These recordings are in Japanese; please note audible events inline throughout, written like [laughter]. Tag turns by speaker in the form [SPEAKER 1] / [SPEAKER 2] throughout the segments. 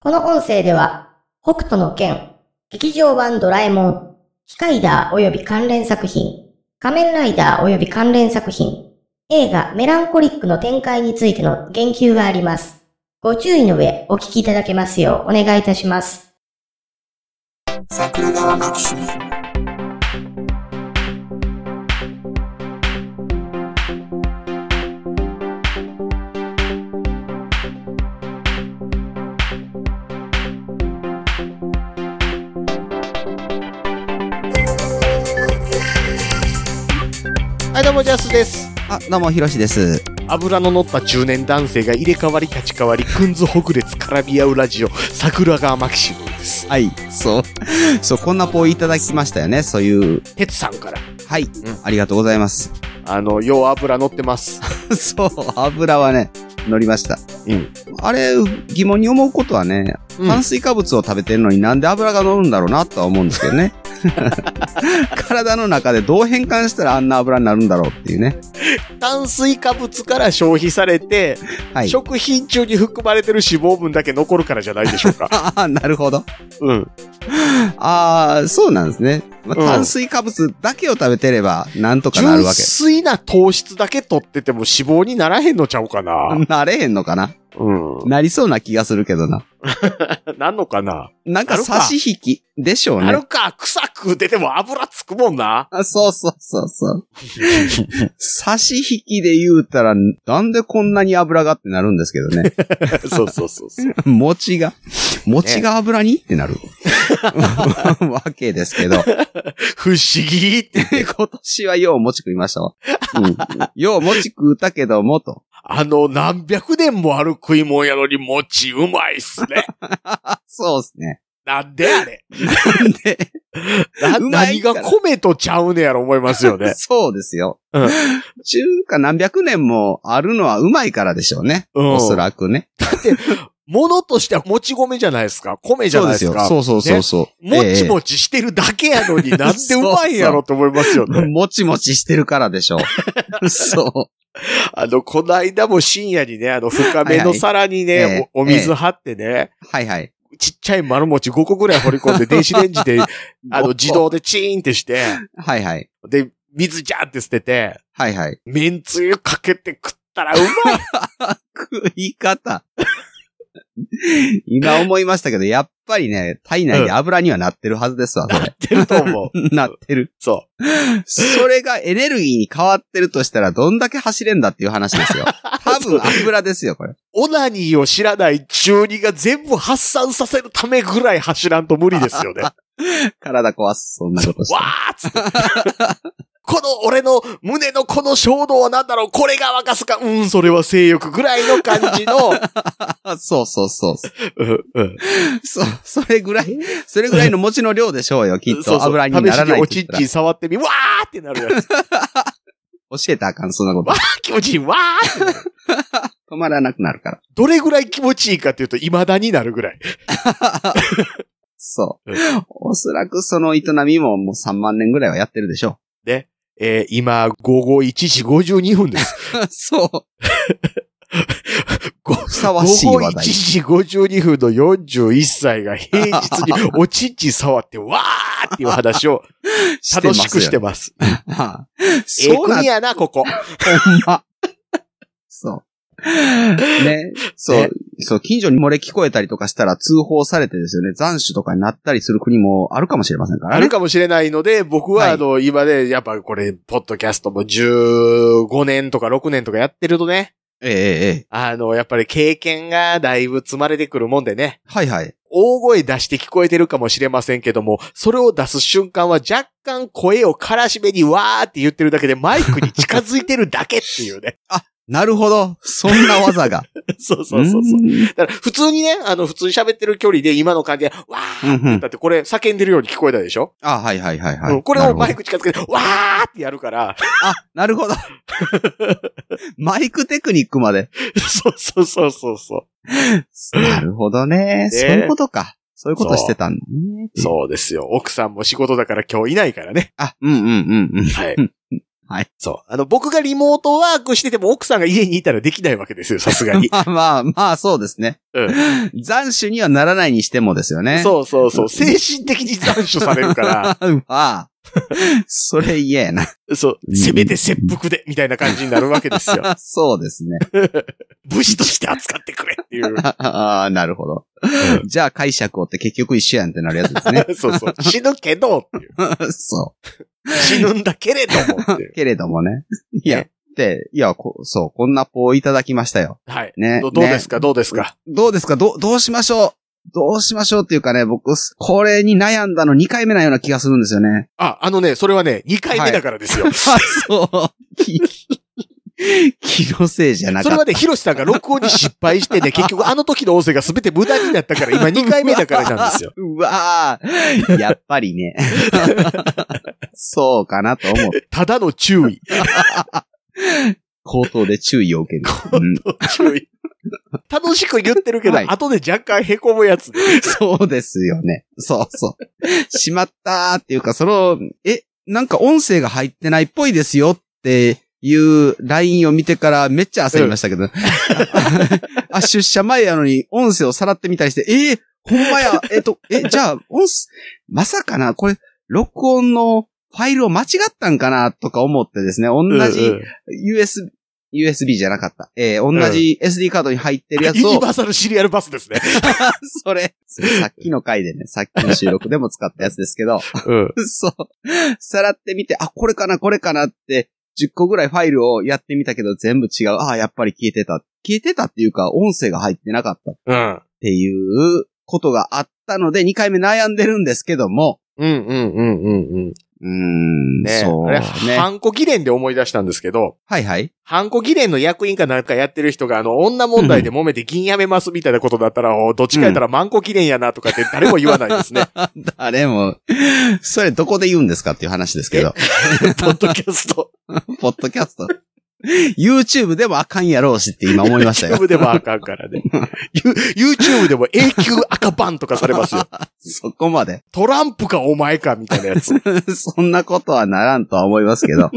[SPEAKER 1] この音声では、北斗の剣、劇場版ドラえもん、ヒカイダー及び関連作品、仮面ライダー及び関連作品、映画メランコリックの展開についての言及があります。ご注意の上、お聞きいただけますようお願いいたします。
[SPEAKER 2] 桜川マキシム
[SPEAKER 3] はい、どうも、ジャスです。
[SPEAKER 4] あ、どうも、ひろしです。
[SPEAKER 3] 油の乗った中年男性が入れ替わり立ち替わり、くんずほぐれつ絡み合うラジオ、桜川マキシムです。
[SPEAKER 4] はい、そう。 [laughs] そう、こんなポイいただきましたよね、そういう。
[SPEAKER 3] てつさんから。
[SPEAKER 4] はい、
[SPEAKER 3] ん
[SPEAKER 4] ありがとうございます。 [laughs]
[SPEAKER 3] あの、よう油乗ってます。
[SPEAKER 4] そう、油はね、乗りました。
[SPEAKER 3] うん。
[SPEAKER 4] あれ、疑問に思うことはね、
[SPEAKER 3] うん
[SPEAKER 4] 炭水化物を食べてるのになんで油が乗るんだろうなとは思うんですけ
[SPEAKER 3] [laughs]
[SPEAKER 4] どね。体の中でどう変換したらあんな油になるんだろうっていうね。
[SPEAKER 3] 炭水化物から消費されて、
[SPEAKER 4] はい。
[SPEAKER 3] 食品中に含まれてる脂肪分だけ残るからじゃないでしょう [laughs] か。
[SPEAKER 4] [laughs] ああ、なるほど。
[SPEAKER 3] うん。
[SPEAKER 4] ああ、そうなんですね。まあ
[SPEAKER 3] うん
[SPEAKER 4] 炭水化物だけを食べてれば、なんとかな
[SPEAKER 3] 純
[SPEAKER 4] るわけ。
[SPEAKER 3] 粋な糖質だけ取ってても脂肪にならへんのちゃうかな。
[SPEAKER 4] なれへんのかな
[SPEAKER 3] うん。
[SPEAKER 4] なりそうな気がするけどな。
[SPEAKER 3] なんのかな。
[SPEAKER 4] なん
[SPEAKER 3] あ
[SPEAKER 4] か
[SPEAKER 3] るか
[SPEAKER 4] 差し引きでしょう
[SPEAKER 3] あ
[SPEAKER 4] ね
[SPEAKER 3] る。か、臭く出ても油つくもん [laughs] な。
[SPEAKER 4] あそうそうそうそう。差し引きで言うたら、なんでこんなに油がってなるんですけど
[SPEAKER 3] [laughs]
[SPEAKER 4] ね。
[SPEAKER 3] そうそうそうそう。
[SPEAKER 4] 餅が、餅が油にって
[SPEAKER 3] [laughs]
[SPEAKER 4] なる。わけですけど。
[SPEAKER 3] 不思議って。
[SPEAKER 4] 今年はよう餅食いましたわ。
[SPEAKER 3] [laughs]
[SPEAKER 4] うん、よう餅食うたけども、と。
[SPEAKER 3] あの、何百年もある食い物やのに餅うまいっす
[SPEAKER 4] [laughs]
[SPEAKER 3] ね。
[SPEAKER 4] そうですね。
[SPEAKER 3] なんであれ。
[SPEAKER 4] で、
[SPEAKER 3] な
[SPEAKER 4] うまい
[SPEAKER 3] 何
[SPEAKER 4] から
[SPEAKER 3] が米とちゃうねやろ思いますよね。
[SPEAKER 4] そうですよ。
[SPEAKER 3] うん
[SPEAKER 4] 中華何百年もあるのはうまいからでしょうね。
[SPEAKER 3] うん
[SPEAKER 4] おそらくね。
[SPEAKER 3] 物としてはもち米じゃないですか。米じゃ
[SPEAKER 4] そう
[SPEAKER 3] ない
[SPEAKER 4] で
[SPEAKER 3] です
[SPEAKER 4] よ
[SPEAKER 3] すか。。
[SPEAKER 4] そうそうそうそう。
[SPEAKER 3] も
[SPEAKER 4] え
[SPEAKER 3] ち
[SPEAKER 4] え
[SPEAKER 3] もちしてるだけやのになんでうまいんやろと思いますよね。
[SPEAKER 4] もちもちしてるからで [laughs] しょう。そ
[SPEAKER 3] あの、この間も深夜にね、あの、深めの皿にね、
[SPEAKER 4] はいはいええ
[SPEAKER 3] おお水張ってね、
[SPEAKER 4] う。はいはい。
[SPEAKER 3] ちっちゃい丸餅5個ぐらい掘り込んで、電子レン
[SPEAKER 4] [laughs]
[SPEAKER 3] ジで、あの、自。動でチーンってして、
[SPEAKER 4] はいはい。
[SPEAKER 3] で、水ジャーって捨てて、
[SPEAKER 4] はいはい。
[SPEAKER 3] めんつゆかけて食ったらうまい
[SPEAKER 4] 食い方。今思いましたけど、やっぱりね、体内で油にはなってるはずです [laughs] わ、これ。
[SPEAKER 3] ってると
[SPEAKER 4] [laughs]
[SPEAKER 3] 思う。
[SPEAKER 4] なってる。
[SPEAKER 3] そ
[SPEAKER 4] それがエネルギーに変わってるとしたら、どんだけ走れんだっていう話です [laughs] よ。多分油ですよ、これ。
[SPEAKER 3] う。オナニーを知らない中二が全部発散させるためぐらい走らんと無理ですよ
[SPEAKER 4] [laughs]
[SPEAKER 3] ね。わ
[SPEAKER 4] 体壊す、そんなことして。
[SPEAKER 3] ーっつって。この俺の胸のこの衝動は何だろうこれが沸かすかうん、それは性欲ぐらいの感
[SPEAKER 4] [laughs]
[SPEAKER 3] じの。
[SPEAKER 4] そうそうそう。
[SPEAKER 3] うんうん
[SPEAKER 4] [laughs] そ、それぐらい、それぐらいの餅の量でしょう
[SPEAKER 3] [laughs]
[SPEAKER 4] よ、きっ
[SPEAKER 3] そう
[SPEAKER 4] と。
[SPEAKER 3] そう
[SPEAKER 4] 油にならないって言
[SPEAKER 3] 試しにお
[SPEAKER 4] っ
[SPEAKER 3] ち
[SPEAKER 4] た
[SPEAKER 3] ん
[SPEAKER 4] ら
[SPEAKER 3] ちん触ってみ、わーってなる
[SPEAKER 4] [laughs]
[SPEAKER 3] やつ。
[SPEAKER 4] 教えたらあかん、そんなこと。
[SPEAKER 3] [laughs] 気持ちいい、わーってなる。
[SPEAKER 4] 止まらなくなるから。
[SPEAKER 3] どれぐらい気持ちいいかっていうと、未だになるぐらい。
[SPEAKER 4] そう
[SPEAKER 3] う。
[SPEAKER 4] おそらくその営みももう3万年ぐらいはやってるでしょ
[SPEAKER 3] えー今、午後1時52分です。
[SPEAKER 4] う。 [laughs] そう。
[SPEAKER 3] [laughs] ご
[SPEAKER 4] ふさわしい
[SPEAKER 3] 午後
[SPEAKER 4] 話
[SPEAKER 3] 1
[SPEAKER 4] 題。
[SPEAKER 3] 時52分の41歳が平日におちんちん触ってわーっていう話を楽しくして
[SPEAKER 4] ま
[SPEAKER 3] ます。
[SPEAKER 4] すよ。はあ
[SPEAKER 3] ええ
[SPEAKER 4] [laughs] そうな
[SPEAKER 3] 国
[SPEAKER 4] ん
[SPEAKER 3] やな、ここ。
[SPEAKER 4] ま。そう。ね。そう
[SPEAKER 3] ね。
[SPEAKER 4] そう。近所に漏れ聞こえたりとかしたら通報されてですよね。残暑とかになったりする国もあるかもしれませんから
[SPEAKER 3] あ
[SPEAKER 4] ね。
[SPEAKER 3] るかもしれないので、僕は
[SPEAKER 4] はい
[SPEAKER 3] あの、今ね、やっぱこれ、ポッドキャストも15年とか6年とかやってるとね、
[SPEAKER 4] ええええ。
[SPEAKER 3] あの、やっぱり経験がだいぶ積まれてくるもんでね、
[SPEAKER 4] はいはい。
[SPEAKER 3] 大声出して聞こえてるかもしれませんけども、それを出す瞬間は若干声をからしめにわーって言ってるだけでマイクに近づいてるだけっていうね。
[SPEAKER 4] なるほど。そんな技が。
[SPEAKER 3] [laughs] そうそうそうそう。
[SPEAKER 4] ん
[SPEAKER 3] だから普通にね、あの、普通に喋ってる距離で今の感じで、わーって言ったって、これ叫んでるように聞こえたでしょ、
[SPEAKER 4] あ、はいはいはいは
[SPEAKER 3] うん
[SPEAKER 4] い。
[SPEAKER 3] これをマ
[SPEAKER 4] なる
[SPEAKER 3] イ
[SPEAKER 4] ほど。
[SPEAKER 3] ク近づけて、わーってやるから、
[SPEAKER 4] あ、なるほ
[SPEAKER 3] [laughs]
[SPEAKER 4] ど。マイクテクニックまで。
[SPEAKER 3] そうそうそうそうそ
[SPEAKER 4] なるほどね。そういうことか。そういうことしてたんだね。
[SPEAKER 3] う。そうですよ。奥さんも仕事だから今日いないからね。
[SPEAKER 4] あ、うんうんうんうん。
[SPEAKER 3] [laughs] はい。
[SPEAKER 4] はい。。
[SPEAKER 3] そう。あの、僕がリモートワークしてても奥さんが家にいたらできないわけですよ、さすがに
[SPEAKER 4] [laughs] まあ
[SPEAKER 3] [laughs]
[SPEAKER 4] まあ、まあそうですね。
[SPEAKER 3] うん
[SPEAKER 4] 残首にはならないにしてもですよね。
[SPEAKER 3] そうそうそう。精神的に残暑されるから、
[SPEAKER 4] う。 [laughs] まあ、それ嫌やな。
[SPEAKER 3] [laughs] そうう、
[SPEAKER 4] ん
[SPEAKER 3] せめて切腹で、みたいな感じになるわけです [laughs] よ。
[SPEAKER 4] そうですね。
[SPEAKER 3] 武士として扱ってくれって [laughs] いう。
[SPEAKER 4] ああ、なるほど。じゃあ解釈をって結局一緒やんってなるやつです
[SPEAKER 3] [laughs]
[SPEAKER 4] ね。
[SPEAKER 3] そうそう。死ぬけどっていう、
[SPEAKER 4] そ
[SPEAKER 3] 死ぬんだけれどもっていう
[SPEAKER 4] う。。けれども [laughs] ね。いや
[SPEAKER 3] ね、
[SPEAKER 4] で、いや、こそう、こんなポーいただきましたよ。
[SPEAKER 3] [laughs] はい。
[SPEAKER 4] ね
[SPEAKER 3] どどうですか、どうですか。
[SPEAKER 4] どうですかどう、どうしましょうどうしましょうっていうかね、僕、これに悩んだの2回目なような気がするんですよね。
[SPEAKER 3] あ、あのね、それはね、2回目だからですよ。 [laughs]
[SPEAKER 4] あ、そう。き [laughs] 気のせいじゃな
[SPEAKER 3] そ
[SPEAKER 4] かっ
[SPEAKER 3] れ
[SPEAKER 4] た
[SPEAKER 3] ま。でヒロシさんが録音に失敗して [laughs] ね、結局あの時の音声が全て無駄になったから、今2回目だからなんですよ。
[SPEAKER 4] うわーやっぱり [laughs] ね。そうかなと思う。
[SPEAKER 3] [laughs] ただの注意。
[SPEAKER 4] 口頭で注意を受ける。 [laughs] うん
[SPEAKER 3] 注意。楽しく言ってるけど、
[SPEAKER 4] はい
[SPEAKER 3] 後で若干凹むやつ。
[SPEAKER 4] [laughs] そうですよね。そうそう。しまったーっていうか、その、え、なんか音声が入ってないっぽいですよっていうラインを見てからめっちゃ焦りましたけど。あ、出社前やのに音声をさらってみたりして、えーほんまや、えっと、え、じゃあ、音声、まさかな、これ、録音のファイルを間違ったんかなとか思ってですね、同
[SPEAKER 3] うん
[SPEAKER 4] じ
[SPEAKER 3] うん
[SPEAKER 4] USB、USB じゃなかった。えー同じ SD カードに入ってるやつ
[SPEAKER 3] ユニ
[SPEAKER 4] を、
[SPEAKER 3] バーサルシリアルバスですね。
[SPEAKER 4] [laughs] それ、それさっきの回でね、さっきの収録でも使ったやつですけど、
[SPEAKER 3] うん。
[SPEAKER 4] そう。さらってみて、あ、これかな、これかなって、10個ぐらいファイルをやってみたけど、全部違う。ああ、やっぱり消えてた。消えてたっていうか、音声が入ってなかったっ
[SPEAKER 3] うん。
[SPEAKER 4] ていうことがあったので、2回目悩んでるんですけども、
[SPEAKER 3] うんうんうんうんうん。
[SPEAKER 4] うーん、
[SPEAKER 3] ね
[SPEAKER 4] そう
[SPEAKER 3] あれ、
[SPEAKER 4] ね。
[SPEAKER 3] ハンコ議連で思い出したんですけど、
[SPEAKER 4] はいはい。
[SPEAKER 3] ハンコ議連の役員かなんかやってる人が、あの、女問題で揉めて銀やめますみたいなことだったら、おどっちかやったらマンコ議連やなとかって誰も言わないですね。
[SPEAKER 4] 誰も、それどこで言うんですかっていう話ですけど、
[SPEAKER 3] [laughs] ポッドキャスト。
[SPEAKER 4] ポッドキャスト。YouTube でもあかんやろうしって今思いましたよ。
[SPEAKER 3] YouTube でもあかんから
[SPEAKER 4] [laughs]
[SPEAKER 3] ね。ユ YouTube でも永久赤バンとかされますよ。
[SPEAKER 4] そこまで。
[SPEAKER 3] トランプかお前かみたいなやつ。
[SPEAKER 4] [laughs] そんなことはならんとは思いますけど。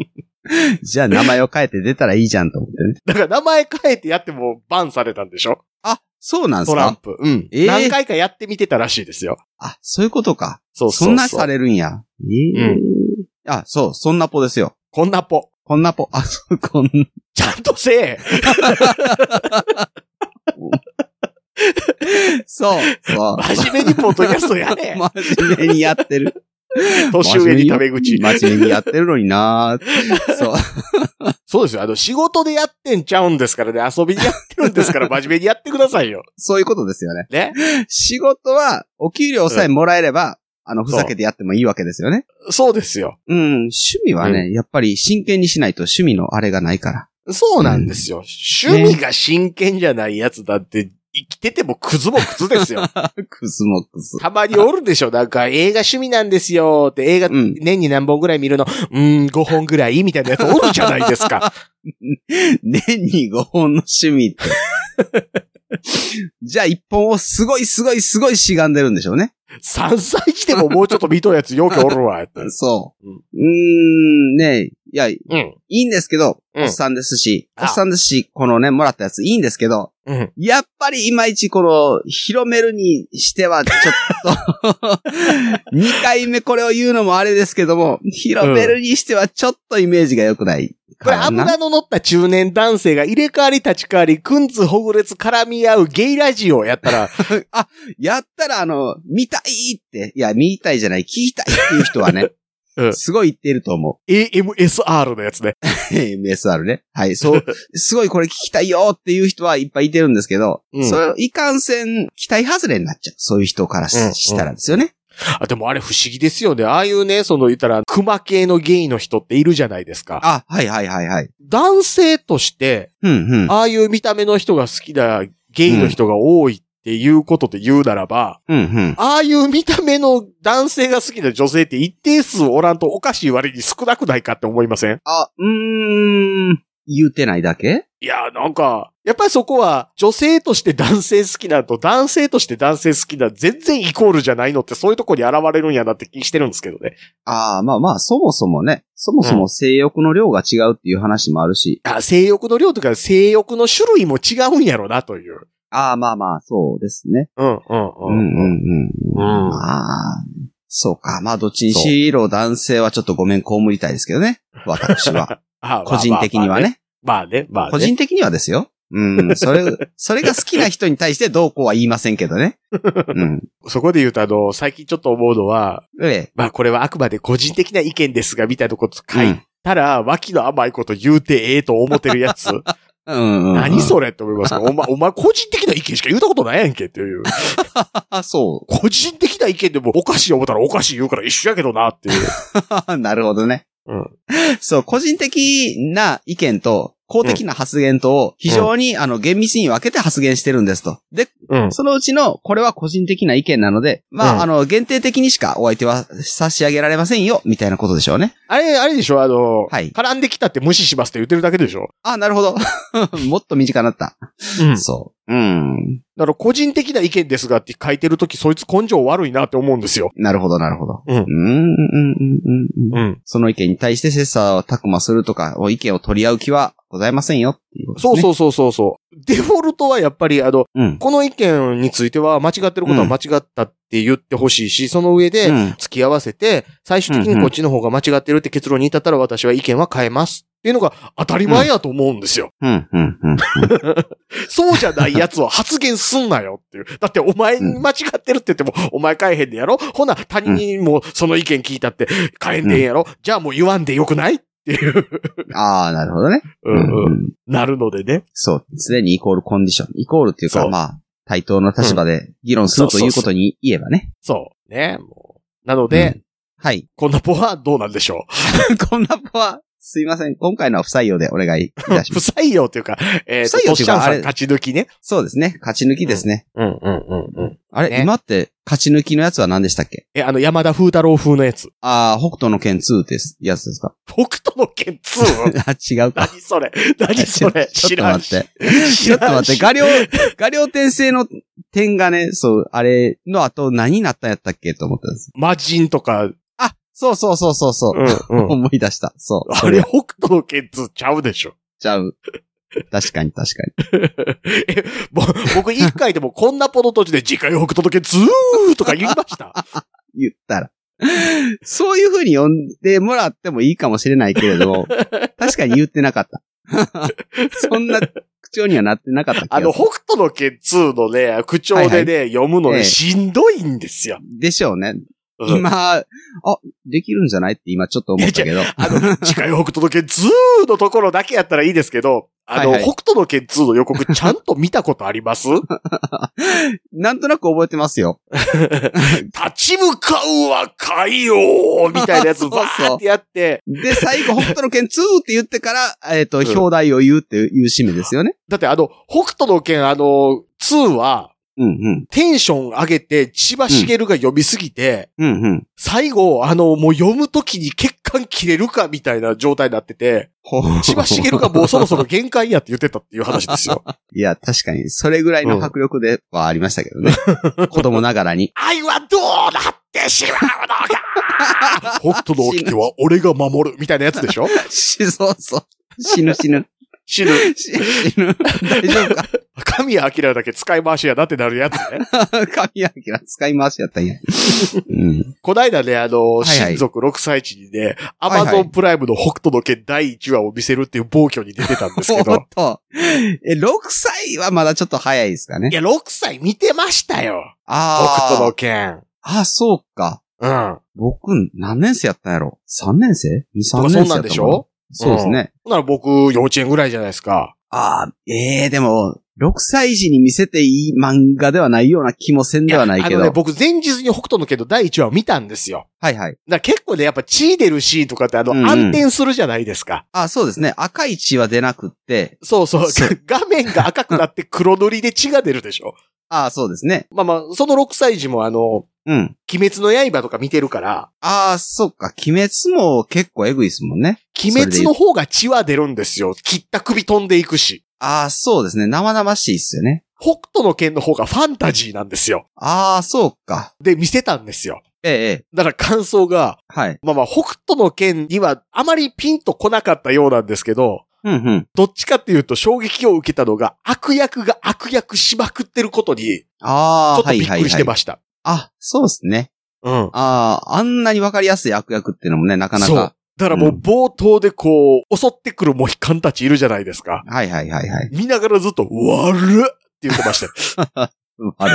[SPEAKER 4] [laughs] じゃあ名前を変えて出たらいいじゃんと思ってね。
[SPEAKER 3] だから名前変えてやってもバンされたんでしょ
[SPEAKER 4] あ、そうなんです
[SPEAKER 3] トラン
[SPEAKER 4] か
[SPEAKER 3] プ。うん。
[SPEAKER 4] えー
[SPEAKER 3] 何回かやってみてたらしいですよ。
[SPEAKER 4] あ、そういうことか。
[SPEAKER 3] そうそうそう。
[SPEAKER 4] そんなされるんや。ええあ、そう、そんなポですよ。
[SPEAKER 3] こんなポ。
[SPEAKER 4] こんなポ、あ、そうこん、
[SPEAKER 3] ちゃんとせえ
[SPEAKER 4] [laughs] そう、
[SPEAKER 3] [laughs]
[SPEAKER 4] そう。
[SPEAKER 3] 真面目にポッドキャスト
[SPEAKER 4] [laughs]
[SPEAKER 3] やれ
[SPEAKER 4] 真面目にやってる。
[SPEAKER 3] 年上にタメ口。
[SPEAKER 4] 真面目にやってるのにな
[SPEAKER 3] [laughs]
[SPEAKER 4] ーそう。
[SPEAKER 3] そうですよ。あの、仕事でやってんちゃうんですからね。遊びにやってるんです [laughs] から、真面目にやってくださいよ。
[SPEAKER 4] そういうことですよね。
[SPEAKER 3] ね。
[SPEAKER 4] 仕事は、お給料さえもらえれば、あの、ふざけてやってもいいわけですよね。
[SPEAKER 3] そうですよ。
[SPEAKER 4] うん、趣味はね、やっぱり真剣にしないと趣味のあれがないから。
[SPEAKER 3] そうなんですよ。趣味が真剣じゃないやつだって、生きててもクズもクズです [laughs] よ。
[SPEAKER 4] クズもクズ。
[SPEAKER 3] たまにおるでしょ。なんか、映画趣味なんですよって、映画
[SPEAKER 4] うん
[SPEAKER 3] 年に何本ぐらい見るの、うーん、5本ぐらいみたいなやつおるじゃないです [laughs] か。
[SPEAKER 4] 年に5本の趣味って。 [laughs] じゃあ1本をすごいすごいすごいしがんでるんでしょうね。
[SPEAKER 3] 3歳児でももうちょっと見とるやつよくおる [laughs] わ。って
[SPEAKER 4] そう。
[SPEAKER 3] う
[SPEAKER 4] うんーん、ねいや、い
[SPEAKER 3] うん。
[SPEAKER 4] いんですけど、
[SPEAKER 3] うん
[SPEAKER 4] おっさんですし、お
[SPEAKER 3] あ
[SPEAKER 4] っさんですし、このね、もらったやついいんですけど、
[SPEAKER 3] うん。
[SPEAKER 4] やっぱりいまいちこの、広めるにしては、ちょっと、2回目これを言うのもあれですけども、広めるにしてはちょっとイメージが良くない
[SPEAKER 3] こ
[SPEAKER 4] か
[SPEAKER 3] れ
[SPEAKER 4] な。
[SPEAKER 3] 油の乗った中年男性が入れ替わり立ち替わり、くんつほぐれつ絡み合うゲイラジオやったら、、
[SPEAKER 4] あ、やったらあの、見たいって、いや、見たいじゃない、聞きたいっていう人はね
[SPEAKER 3] [laughs] うん
[SPEAKER 4] すごい言っていると思 [laughs]
[SPEAKER 3] AMSR のやつね。
[SPEAKER 4] う。MSR ね。はい、そう、すごいこれ聞きたいよっていう人はいっぱいいてるんですけど、
[SPEAKER 3] うん
[SPEAKER 4] それ、いかんせん、期待外れになっちゃう。そういう人からし,、
[SPEAKER 3] うん
[SPEAKER 4] たらですよね。
[SPEAKER 3] あ、でもあれ不思議ですよね。ああいうね、その言ったら、熊系のゲイの人っているじゃないですか。
[SPEAKER 4] あ、はいはいはいはい。
[SPEAKER 3] 男性として、
[SPEAKER 4] うんうん。
[SPEAKER 3] ああいう見た目の人が好きなゲイの人が多いっていうことで言うならば、
[SPEAKER 4] うんうん。
[SPEAKER 3] ああいう見た目の男性が好きな女性って一定数おらんとおかしい割に少なくないかって思いません
[SPEAKER 4] あ、うーん。言うてないだけ
[SPEAKER 3] いや、なんか、やっぱりそこは女性として男性好きなのと男性として男性好きな全然イコールじゃないのってそういうとこに現れるんやなって気してるんですけどね。
[SPEAKER 4] ああ、まあまあ、そもそもね、そもそも性欲の量が違うっていう話もあるし、
[SPEAKER 3] あ性欲の量とか性欲の種類も違うんやろなという。
[SPEAKER 4] ああ、まあまあ、そうですね。
[SPEAKER 3] うんうん
[SPEAKER 4] うんうんうん。
[SPEAKER 3] うん
[SPEAKER 4] まあ、そうか。まあ、どっちにしろ男性はちょっとごめん、こむりたいですけどね。
[SPEAKER 3] [laughs]
[SPEAKER 4] 私は。
[SPEAKER 3] あ
[SPEAKER 4] 個人的には。ね。
[SPEAKER 3] まあね、まあね。
[SPEAKER 4] 個人的にはですよ。うん、それ、それが好きな人に対してどうこうは言いませんけどね。うん。
[SPEAKER 3] そこで言うと、あの、最近ちょっと思うのは、
[SPEAKER 4] ええ。
[SPEAKER 3] [laughs] まあこれはあくまで個人的な意見ですが、みたいなこと
[SPEAKER 4] う
[SPEAKER 3] 書い
[SPEAKER 4] ん。
[SPEAKER 3] たら、脇の甘いこと言うてええと思ってるやつ。
[SPEAKER 4] うんうん、
[SPEAKER 3] 何それって思いますよお前、お前個人的な意見しか言うたことないやんけっていう。
[SPEAKER 4] あ、そ
[SPEAKER 3] 個人的な意見でもおかしい思ったらおかしい言うから一緒やけどなっていう。
[SPEAKER 4] う。なるほどね。
[SPEAKER 3] うん
[SPEAKER 4] そう、個人的な意見と、公的な発言とを非常に、あの、厳密に分けて発言してるんですと。で、
[SPEAKER 3] うん。
[SPEAKER 4] そのうちの、これは個人的な意見なので、まあ、
[SPEAKER 3] うん
[SPEAKER 4] あの、限定的にしかお相手は差し上げられませんよ、みたいなことでしょうね。
[SPEAKER 3] あれ、あれでしょあの、
[SPEAKER 4] はい
[SPEAKER 3] 絡んできたって無視しますって言ってるだけでしょ
[SPEAKER 4] あ、なるほど。 [laughs] もっと身近になった。
[SPEAKER 3] うん。だ
[SPEAKER 4] そう。うん。
[SPEAKER 3] から個人的な意見ですがって書いてるときそいつ根性悪いなって思うんですよ。
[SPEAKER 4] なるほど、なるほど。
[SPEAKER 3] うん
[SPEAKER 4] うん、うん、うん、うん。
[SPEAKER 3] うん。
[SPEAKER 4] その意見に対して切磋琢磨するとか、意見を取り合う気はございませんよっていうことです
[SPEAKER 3] そ
[SPEAKER 4] ね、
[SPEAKER 3] うそうそうそうそう。デフォルトはやっぱり、あの、
[SPEAKER 4] うん。
[SPEAKER 3] この意見については間違ってることは間違ったって言ってほしいし、その上で、
[SPEAKER 4] うん。
[SPEAKER 3] 付き合わせて、最終的にこっちの方が間違ってるって結論に至ったら私は意見は変えます。っていうのが当たり前やと思うんですよ。
[SPEAKER 4] うん、うん、うん。
[SPEAKER 3] そうじゃないやつは発言すんなよって [laughs] いう。だってお前に間違ってるって言っても、お前変えへんでやろほな、他人にもその意見聞いたって変えんでええやろじゃあもう言わんでよくないっていう、
[SPEAKER 4] ああ、なるほどね。
[SPEAKER 3] うんうん、
[SPEAKER 4] ん。
[SPEAKER 3] なるのでね。
[SPEAKER 4] そう。常にイコールコンディション。イコールっていう
[SPEAKER 3] そ
[SPEAKER 4] か、
[SPEAKER 3] う
[SPEAKER 4] まあ、対等の立場で議論すると
[SPEAKER 3] そうそ
[SPEAKER 4] いうう
[SPEAKER 3] そう
[SPEAKER 4] ことに言えばね。
[SPEAKER 3] そう。ね。もうなので、
[SPEAKER 4] うんはい。 [laughs]
[SPEAKER 3] こんなポはどうなんでしょう。
[SPEAKER 4] こんな子は、すいません。今回のは不採用でお願いいたし
[SPEAKER 3] 不
[SPEAKER 4] [laughs] ます。
[SPEAKER 3] 採用というか、えー、
[SPEAKER 4] 不採用
[SPEAKER 3] と
[SPEAKER 4] って
[SPEAKER 3] し
[SPEAKER 4] いう
[SPEAKER 3] ちゃん
[SPEAKER 4] か
[SPEAKER 3] さ
[SPEAKER 4] あ
[SPEAKER 3] ん
[SPEAKER 4] れ
[SPEAKER 3] 勝ち抜きね。
[SPEAKER 4] そうですね。勝ち抜きですね。
[SPEAKER 3] うんうんうんうん。
[SPEAKER 4] あれ、
[SPEAKER 3] ね
[SPEAKER 4] 今って勝ち抜きのやつは何でしたっけ
[SPEAKER 3] え、あの、山田風太郎風のやつ。
[SPEAKER 4] ああ、北斗の剣2です。やつですか
[SPEAKER 3] 北斗の
[SPEAKER 4] [laughs]
[SPEAKER 3] 剣 2?
[SPEAKER 4] あ、違うか。
[SPEAKER 3] 何それ何それ
[SPEAKER 4] ちょ
[SPEAKER 3] 知
[SPEAKER 4] ちょっと
[SPEAKER 3] らん
[SPEAKER 4] 待
[SPEAKER 3] し
[SPEAKER 4] って。。ちょっと待って、
[SPEAKER 3] ガ
[SPEAKER 4] 画量、画量転生の点がね、そう、あれの後何になったんやったっけと思ったんです。
[SPEAKER 3] 魔人とか。うん
[SPEAKER 4] あ、そうそうそうそうそう。
[SPEAKER 3] うん。
[SPEAKER 4] [laughs] 思い出した。そう。
[SPEAKER 3] あれ、北斗の剣2ちゃうでしょ。 [laughs]
[SPEAKER 4] ちゃう。確かに確かに。
[SPEAKER 3] え、ぼ僕一回でもこんなポの途中で次回北斗の剣2とか言いました。
[SPEAKER 4] 言ったら。そういう風に呼んでもらってもいいかもしれないけれども、確かに言ってなかった。そんな口調にはなってなかった気がす
[SPEAKER 3] あ
[SPEAKER 4] る
[SPEAKER 3] の、北斗の剣2のね、口調でね、読むの
[SPEAKER 4] え
[SPEAKER 3] ね、
[SPEAKER 4] え
[SPEAKER 3] しんどいんですよ。
[SPEAKER 4] でしょうね。
[SPEAKER 3] うん
[SPEAKER 4] 今、あ、できるんじゃないって今ちょっと思ったけど。
[SPEAKER 3] あ
[SPEAKER 4] [laughs]
[SPEAKER 3] の、次回北斗の剣2のところだけやったらいいですけど、あの、
[SPEAKER 4] はいはい
[SPEAKER 3] 北斗の剣2の予告ちゃんと見たことありま
[SPEAKER 4] [laughs]
[SPEAKER 3] す立
[SPEAKER 4] なんとなく覚えてますよ。
[SPEAKER 3] ち向かうは海洋みたいな
[SPEAKER 4] [laughs]
[SPEAKER 3] やつバーってやって、
[SPEAKER 4] で、最後、北斗の剣2って言ってから、 [laughs] えっ、と、
[SPEAKER 3] ん
[SPEAKER 4] 表題を言うっていう締めですよね。
[SPEAKER 3] だってあの、北斗の剣あの、2は、
[SPEAKER 4] うんうん。
[SPEAKER 3] テンション上げて、千葉茂が読みすぎて、
[SPEAKER 4] うんうん。
[SPEAKER 3] 最後、あの、もう読むときに血管切れるかみたいな状態になってて、千葉茂がもうそろそろ限界やって言ってたっていう話ですよ。
[SPEAKER 4] いや、確かに、それぐらいの迫力ではありましたけどね。 [laughs] 子供ながらに。
[SPEAKER 3] [laughs] 愛はどうなってしまうのか北斗の掟は俺が守るみたいなやつでしょ
[SPEAKER 4] 死、そうそう。死ぬ死ぬ。
[SPEAKER 3] 死ぬ。
[SPEAKER 4] 死死ぬ。大丈夫か
[SPEAKER 3] 神谷明だけ使い回しやなってなるやつね。
[SPEAKER 4] [laughs] 神明使い回しやったんや。うん。
[SPEAKER 3] こないだね、あの、
[SPEAKER 4] はいはい
[SPEAKER 3] 親族6歳児にね、ア
[SPEAKER 4] はい
[SPEAKER 3] マ
[SPEAKER 4] は
[SPEAKER 3] ゾ
[SPEAKER 4] い
[SPEAKER 3] ンプライムの北斗の拳第1話を見せるっていう暴挙に出てたんですけ
[SPEAKER 4] お
[SPEAKER 3] [laughs]
[SPEAKER 4] っ
[SPEAKER 3] ど。
[SPEAKER 4] と。え、6歳はまだちょっと早いですかね
[SPEAKER 3] い。や、6歳見てましたよ。北
[SPEAKER 4] あ
[SPEAKER 3] 斗の
[SPEAKER 4] あ。
[SPEAKER 3] 拳。
[SPEAKER 4] あ、そうか。
[SPEAKER 3] うん。
[SPEAKER 4] 僕、何年生やったんやろ ?3 年生 ?2、3
[SPEAKER 3] とか
[SPEAKER 4] 年生や
[SPEAKER 3] そん
[SPEAKER 4] った
[SPEAKER 3] なんでしょ
[SPEAKER 4] かなそうですね。
[SPEAKER 3] ほんなら僕、幼稚園ぐらいじゃないですか。
[SPEAKER 4] ああ、ええでも、6歳児に見せていい漫画ではないような気もせんではないけ
[SPEAKER 3] や
[SPEAKER 4] ど。
[SPEAKER 3] あのね、僕前日に北斗の拳の第1話を見たんですよ。
[SPEAKER 4] はいはい。
[SPEAKER 3] だから結構ね、やっぱ血出るシーンとかってあの、
[SPEAKER 4] うんうん
[SPEAKER 3] 暗転するじゃないですか。
[SPEAKER 4] あそうですね。赤い血は出なくって。
[SPEAKER 3] そうそう
[SPEAKER 4] そ。
[SPEAKER 3] [laughs] 画面が赤くなって黒塗りで血が出るでしょ。
[SPEAKER 4] ああ、そうですね。
[SPEAKER 3] まあまあ、その6歳児もあの、
[SPEAKER 4] うん。
[SPEAKER 3] 鬼滅の刃とか見てるから、
[SPEAKER 4] ああ、そっか。鬼滅も結構エグいですもんね。
[SPEAKER 3] 鬼滅の方が血は出るんですよ。切った首飛んでいくし。
[SPEAKER 4] ああ、そうですね。生々しいっすよね。
[SPEAKER 3] 北斗の剣の方がファンタジーなんですよ。
[SPEAKER 4] ああ、そうか。
[SPEAKER 3] で、見せたんですよ。
[SPEAKER 4] ええ、ええ。
[SPEAKER 3] だから感想が、
[SPEAKER 4] はい。
[SPEAKER 3] まあまあ、北斗の剣にはあまりピンとこなかったようなんですけど、
[SPEAKER 4] うんうん。
[SPEAKER 3] どっちかっていうと衝撃を受けたのが、悪役が悪役しまくってることに、ち
[SPEAKER 4] あ
[SPEAKER 3] ょ
[SPEAKER 4] あ、
[SPEAKER 3] っとびっくりしてま
[SPEAKER 4] し
[SPEAKER 3] した。
[SPEAKER 4] た。あ、そうですね。
[SPEAKER 3] うん。
[SPEAKER 4] ああ、あんなにわかりやすい悪役っていうのもね、なかな
[SPEAKER 3] そう
[SPEAKER 4] か。
[SPEAKER 3] だからもう
[SPEAKER 4] うん
[SPEAKER 3] 冒頭でこう、襲ってくるモヒカンたちいるじゃないですか。
[SPEAKER 4] はいはいはいはい。
[SPEAKER 3] 見ながらずっと、悪っって言って
[SPEAKER 4] [laughs]
[SPEAKER 3] ましたよ。
[SPEAKER 4] うん悪い。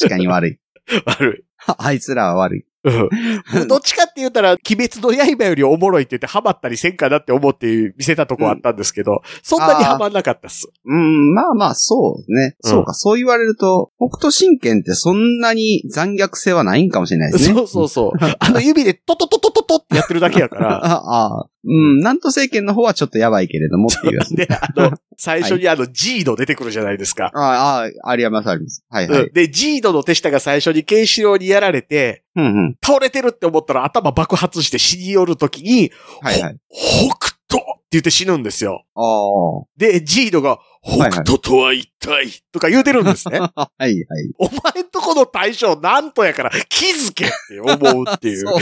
[SPEAKER 4] 確かに悪い。 [laughs]
[SPEAKER 3] 悪い。
[SPEAKER 4] あいつらは悪い。
[SPEAKER 3] うん。どっちかって言ったら、鬼滅の刃よりおもろいって言って、ハマったりせんかなって思って見せたとこあったんですけど、そんなにハマんなかったっす。
[SPEAKER 4] うん、まあまあ、そうですね。
[SPEAKER 3] うん
[SPEAKER 4] そうか、そう言われると、北斗神拳ってそんなに残虐性はないんかもしれないですね。
[SPEAKER 3] [laughs] そうそうそう。あの指でトトトトトトってやってるだけやから。
[SPEAKER 4] [laughs] ああ、うん、南都政権の方はちょっとやばいけれどもっていうやつ。
[SPEAKER 3] で、あ
[SPEAKER 4] [laughs]
[SPEAKER 3] の、最初にあの、ジード出てくるじゃないですか。
[SPEAKER 4] ああ、ありますあります。はいは
[SPEAKER 3] うん
[SPEAKER 4] い。
[SPEAKER 3] で、ジードの手下が最初にケンシロウにやられて、
[SPEAKER 4] うんうん。
[SPEAKER 3] 倒れてるって思ったら頭爆発して死に寄るときに、
[SPEAKER 4] はいはい。
[SPEAKER 3] 北斗って言って死ぬんですよ。
[SPEAKER 4] ああ。
[SPEAKER 3] で、ジードが、
[SPEAKER 4] いはい
[SPEAKER 3] 北斗とは一体とか言うてるんで
[SPEAKER 4] [laughs]
[SPEAKER 3] す
[SPEAKER 4] [laughs]
[SPEAKER 3] ね。
[SPEAKER 4] はいはい。
[SPEAKER 3] お前んとこの大将なんとやから気づけって思うってい
[SPEAKER 4] [laughs]
[SPEAKER 3] う。
[SPEAKER 4] そう。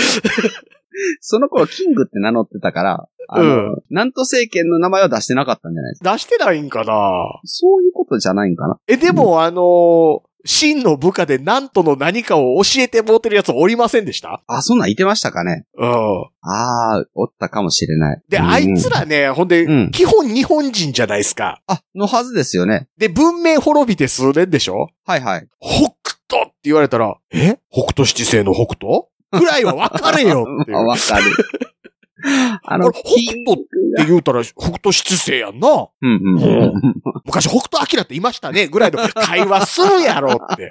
[SPEAKER 4] その頃、キングって名乗ってたから、あの、南都政権の名前は出してなかったんじゃないですか。
[SPEAKER 3] 出してないんかな
[SPEAKER 4] そういうことじゃないんかな。
[SPEAKER 3] え、でも、あのー真の部下でなんとの何かを教えてもうてるやつおりませんでした
[SPEAKER 4] あ、そんなんいてましたかね。
[SPEAKER 3] うん。
[SPEAKER 4] ああ、おったかもしれない。
[SPEAKER 3] で、
[SPEAKER 4] うん
[SPEAKER 3] あいつらね、ほんで、
[SPEAKER 4] うん
[SPEAKER 3] 基本日本人じゃないですか。
[SPEAKER 4] あ、のはずですよね。
[SPEAKER 3] で、文明滅びて数年でしょ
[SPEAKER 4] はいはい。
[SPEAKER 3] 北斗って言われたら、え北斗七星の北斗ぐらいは分かれ [laughs] よってい
[SPEAKER 4] あ
[SPEAKER 3] う。っ
[SPEAKER 4] わかる。あ
[SPEAKER 3] これ北斗
[SPEAKER 4] キング
[SPEAKER 3] て言うたら、北斗七星やんな。
[SPEAKER 4] うんうんうん。
[SPEAKER 3] 昔北斗明っていましたね、ぐらいの会話するやろって。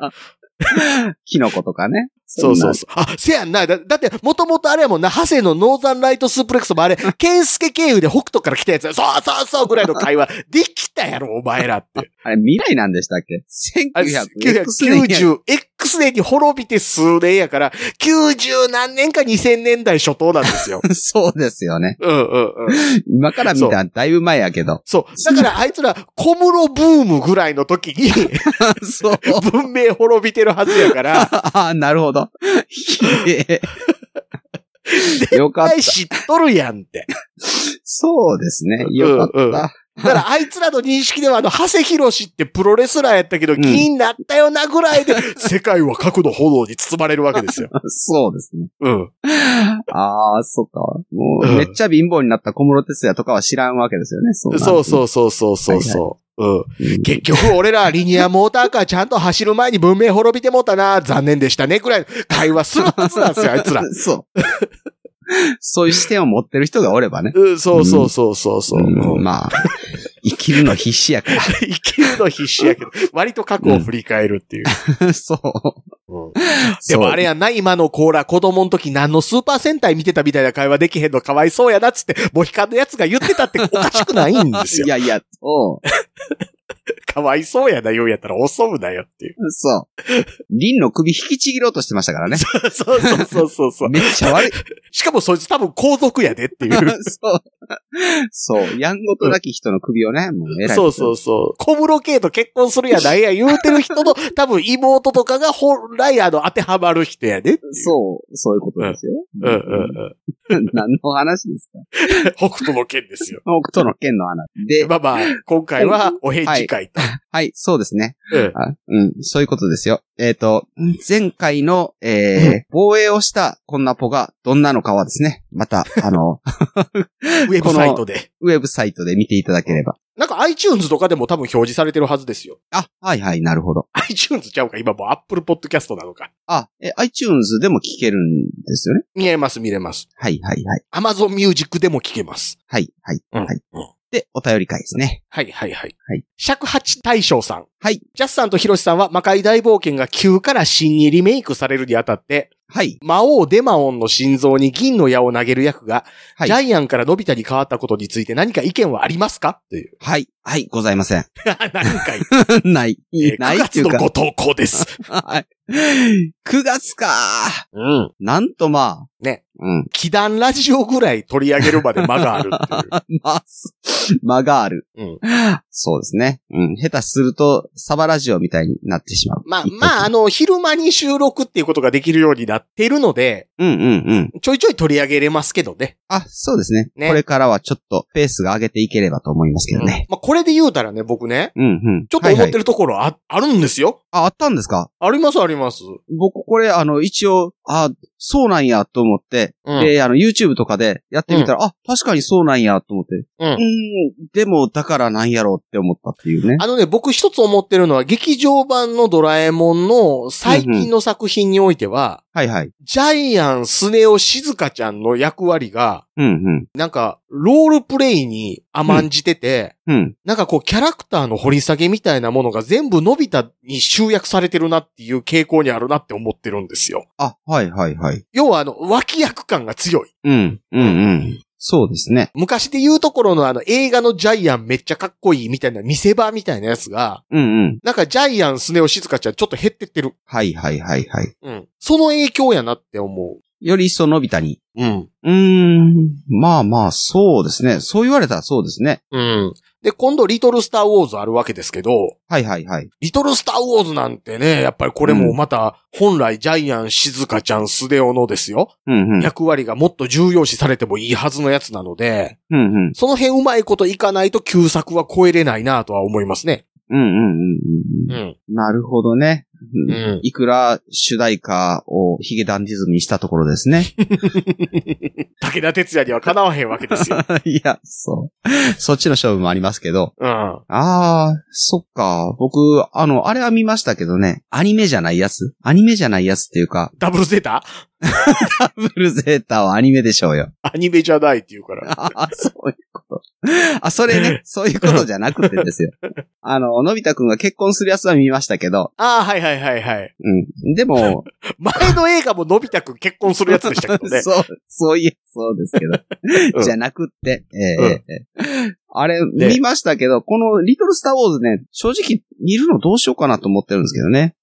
[SPEAKER 4] キノコとかね。
[SPEAKER 3] [laughs] そうそう
[SPEAKER 4] そ
[SPEAKER 3] そう。あ、せやんな。だだって、もともとあれやもんな、ハセのノーザンライトスープレックスも [laughs] あれ、ケンスケ経由で北斗から来たやつやそうそうそうぐらいの会話、できたやろ、お前らって。
[SPEAKER 4] んな。あれ、未来なんでしたっけ
[SPEAKER 3] あ
[SPEAKER 4] ?1900。1990。
[SPEAKER 3] 990、X 年に滅びて数年やから、90何年か2000年代初頭なんで
[SPEAKER 4] [laughs]
[SPEAKER 3] すよ。
[SPEAKER 4] [laughs] そうですよね。
[SPEAKER 3] うんうんうん。。
[SPEAKER 4] 今から見たらだいぶ前やけど [laughs]
[SPEAKER 3] [laughs] そう。だからあいつら、小室ブームぐらいの時に、
[SPEAKER 4] そう。
[SPEAKER 3] 文明滅びてるはず
[SPEAKER 4] [laughs]
[SPEAKER 3] やから、
[SPEAKER 4] ああ、 [laughs] なるほ
[SPEAKER 3] [laughs]
[SPEAKER 4] ど。ええよかっ
[SPEAKER 3] 大
[SPEAKER 4] た。
[SPEAKER 3] 知っとるやんって。
[SPEAKER 4] そうですね。よかった。
[SPEAKER 3] うんうんだからあいつらの認識では、あの、長谷博士ってプロレスラーやったけど、
[SPEAKER 4] ん
[SPEAKER 3] 気になったよなぐらいで、世界は核の炎に包まれるわけですよ。
[SPEAKER 4] そうですね。
[SPEAKER 3] うん。
[SPEAKER 4] ああ、そっか。も
[SPEAKER 3] うん
[SPEAKER 4] う、めっちゃ貧乏になった小室哲也とかは知らんわけですよね。 [laughs] そうなると
[SPEAKER 3] そうそうそうそうそうそう。うん。
[SPEAKER 4] うん
[SPEAKER 3] 結局、俺らリニアモーターカーちゃんと走る前に文明滅びてもうたな、残念でしたね、くらいの会話するはずなんですよ、あいつら。
[SPEAKER 4] [laughs] そう。そういう視点を持ってる人がおればね。
[SPEAKER 3] うん、そうそうそうそうそう。 [laughs]
[SPEAKER 4] うんまあ、生きるの必死やか
[SPEAKER 3] 生きるの必死やけど、割と過去を振り返るっていう。
[SPEAKER 4] ら。 [laughs] そう。
[SPEAKER 3] うんでもあれやんな、今のコーラ、子供の時何のスーパー戦隊見てたみたいな会話できへんのかわいそうやなっつって、モヒカンのやつが言ってた [laughs] っておかしくないんです
[SPEAKER 4] い
[SPEAKER 3] よ。
[SPEAKER 4] やいや、そう。
[SPEAKER 3] かわいそうやな、言うんやったら遅むなよっていう。
[SPEAKER 4] そう。凛の首引きちぎろうとしてましたからね。
[SPEAKER 3] [laughs] そうそうそうそう [laughs] そう。
[SPEAKER 4] めっちゃ悪い。
[SPEAKER 3] しかもそいつ多分皇族やでっていう。
[SPEAKER 4] そう。そう。やんごとなき人の首をね、もう偉い。。
[SPEAKER 3] そうそううそう。小室圭と結婚するやないや言うてる人 [laughs] の多分妹とかが本来あの当てはまる人やでっていう。
[SPEAKER 4] そう、そういうことですよ。
[SPEAKER 3] うんうんうん。
[SPEAKER 4] うん。 [laughs] 何の話ですか
[SPEAKER 3] 北斗の剣です [laughs] よ。
[SPEAKER 4] 北斗の剣の話。で、
[SPEAKER 3] まあまあ、今回はお返事会と。
[SPEAKER 4] はい、そうですね。
[SPEAKER 3] うん
[SPEAKER 4] あうん、そういうことですよ。えっ、と、前回の、えー、防衛をしたこんな子がどんなのかはですね、また、あ
[SPEAKER 3] [laughs]
[SPEAKER 4] の、
[SPEAKER 3] ウェブサイトで。
[SPEAKER 4] ウェブサイトで見ていただければ。
[SPEAKER 3] なんか iTunes とかでも多分表示されてるはずですよ。 [laughs]
[SPEAKER 4] あ、はいはい、なるほど。
[SPEAKER 3] iTunes ちゃうか、今もう Apple Podcast なのか。
[SPEAKER 4] あ、え、iTunes でも聞けるんですよね。
[SPEAKER 3] 見れます、見れます。
[SPEAKER 4] はいはいはい。
[SPEAKER 3] Amazon Music でも聞けます。
[SPEAKER 4] はい、はい、
[SPEAKER 3] うん
[SPEAKER 4] はい
[SPEAKER 3] うん。
[SPEAKER 4] で、お便り会ですね。
[SPEAKER 3] はい、はい、はい。
[SPEAKER 4] はい
[SPEAKER 3] 尺八大将さん。
[SPEAKER 4] はい。
[SPEAKER 3] ジャスさんとヒロシさんは魔界大冒険が旧から新にリメイクされるにあたって、
[SPEAKER 4] はい、
[SPEAKER 3] 魔王デマオンの心臓に銀の矢を投げる役が、
[SPEAKER 4] はい
[SPEAKER 3] ジャイアンからのび太に変わったことについて何か意見はあります
[SPEAKER 4] [laughs]
[SPEAKER 3] かっていう。
[SPEAKER 4] はい、はい、ございません。 [laughs]
[SPEAKER 3] 何回、
[SPEAKER 4] ない、
[SPEAKER 3] えー、
[SPEAKER 4] ない
[SPEAKER 3] 9
[SPEAKER 4] ってい
[SPEAKER 3] 月
[SPEAKER 4] う
[SPEAKER 3] の
[SPEAKER 4] か
[SPEAKER 3] ご。投
[SPEAKER 4] [laughs]
[SPEAKER 3] 稿です。
[SPEAKER 4] はい。9月か
[SPEAKER 3] うん。
[SPEAKER 4] なんとまあ。
[SPEAKER 3] ね。
[SPEAKER 4] うん。
[SPEAKER 3] 祈願ラジオぐらい取り上げるまで間があるってい
[SPEAKER 4] [laughs]
[SPEAKER 3] う。
[SPEAKER 4] まあ、す間がある。
[SPEAKER 3] うん
[SPEAKER 4] そうですね。うん。下手すると、サバラジオみたいになってしまう。
[SPEAKER 3] まあ、
[SPEAKER 4] 一時
[SPEAKER 3] まあ、あの、昼間に収録っていうことができるようになってるので、
[SPEAKER 4] うんうんうん。
[SPEAKER 3] ちょいちょい取り上げれますけどね。
[SPEAKER 4] あ、そうですね。
[SPEAKER 3] ね
[SPEAKER 4] これからはちょっとペースが上げていければと思いますけどね。
[SPEAKER 3] まあ、これで言うたらね、僕ね、
[SPEAKER 4] うんうん。
[SPEAKER 3] ちょっと思
[SPEAKER 4] は
[SPEAKER 3] っ
[SPEAKER 4] い
[SPEAKER 3] て
[SPEAKER 4] はい
[SPEAKER 3] るところあ,、あるんですよ。
[SPEAKER 4] あ、あったんですか
[SPEAKER 3] あります、あります。
[SPEAKER 4] 僕これ、あの、一応、あ、そうなんやと思って、
[SPEAKER 3] うん。
[SPEAKER 4] で、あの、YouTube とかでやってみたら、あ、確かにそうなんやと思って、
[SPEAKER 3] うん
[SPEAKER 4] んでも、だからなんやろうって思ったっていうね。
[SPEAKER 3] あのね、僕一つ思ってるのは、劇場版のドラえもんの最近の作品においては、
[SPEAKER 4] はいはい。
[SPEAKER 3] ジャイアン、スネ夫、静香ちゃんの役割が、
[SPEAKER 4] うん
[SPEAKER 3] なんか、ロールプレイに甘んじてて、
[SPEAKER 4] うん。うん。
[SPEAKER 3] なんかこう、キャラクターの掘り下げみたいなものが全部のび太に集約されてるなっていう傾向にあるなって思ってるんですよ。
[SPEAKER 4] あ、はいはいはい。
[SPEAKER 3] 要はあの、脇役感が強い。
[SPEAKER 4] うん。うんうん。そうですね。
[SPEAKER 3] 昔で言うところのあの、映画のジャイアンめっちゃかっこいいみたいな見せ場みたいなやつが、
[SPEAKER 4] うんうん。
[SPEAKER 3] なんかジャイアン、スネ夫、静香ちゃんちょっと減ってってる。
[SPEAKER 4] はいはいはいはい。
[SPEAKER 3] うん。その影響やなって思
[SPEAKER 4] より一層のび太に。
[SPEAKER 3] う。うん。
[SPEAKER 4] うーん。まあまあ、そうですね。そう言われたらそうですね。
[SPEAKER 3] うん。で、今度、リトルスターウォーズあるわけですけど、
[SPEAKER 4] はいはいはい。
[SPEAKER 3] リトルスターウォーズなんてね、やっぱりこれもまた、本来ジャイアン、静香ちゃん、スネ夫のですよ。
[SPEAKER 4] うんうん。
[SPEAKER 3] 役割がもっと重要視されてもいいはずのやつなので、
[SPEAKER 4] うんうん。
[SPEAKER 3] その辺うまいこといかないと旧作は超えれないなとは思いますね。
[SPEAKER 4] うんうんうんうん。
[SPEAKER 3] ん。
[SPEAKER 4] なるほどね。
[SPEAKER 3] う
[SPEAKER 4] うん
[SPEAKER 3] ん。
[SPEAKER 4] いくら主題歌をヒゲダンディズムにしたところですね。
[SPEAKER 3] 武田鉄矢にはかなわへんわけ [laughs] ですよ。
[SPEAKER 4] [laughs] いや、そう。そっちの勝負もありますけど。
[SPEAKER 3] うん。
[SPEAKER 4] ああ、そっか。僕、あの、あれは見ましたけどね。アニメじゃないやつアニメじゃないやつっていうか、 [laughs]
[SPEAKER 3] ダブルゼータ
[SPEAKER 4] ダブルゼータはアニメでしょうよ。 [laughs]
[SPEAKER 3] アニメじゃないっていうから。
[SPEAKER 4] ああ、そういうこと。あ、それね、そういうことじゃなくてですよ。あの、のび太くんが結婚するやつは見ましたけど、
[SPEAKER 3] [laughs] ああ、はいはいはいはい。
[SPEAKER 4] うん。でも、
[SPEAKER 3] [laughs] 前の映画ものび太くん結婚するやつでしたけどね。
[SPEAKER 4] そう、そういえ、そうですけど。
[SPEAKER 3] うん
[SPEAKER 4] じゃなくって、えー
[SPEAKER 3] うん
[SPEAKER 4] えーあれ、
[SPEAKER 3] で
[SPEAKER 4] 見ましたけど、このリトルスターウォーズね、正直見るのどうしようかなと思ってるんですけど
[SPEAKER 3] [laughs]
[SPEAKER 4] ね。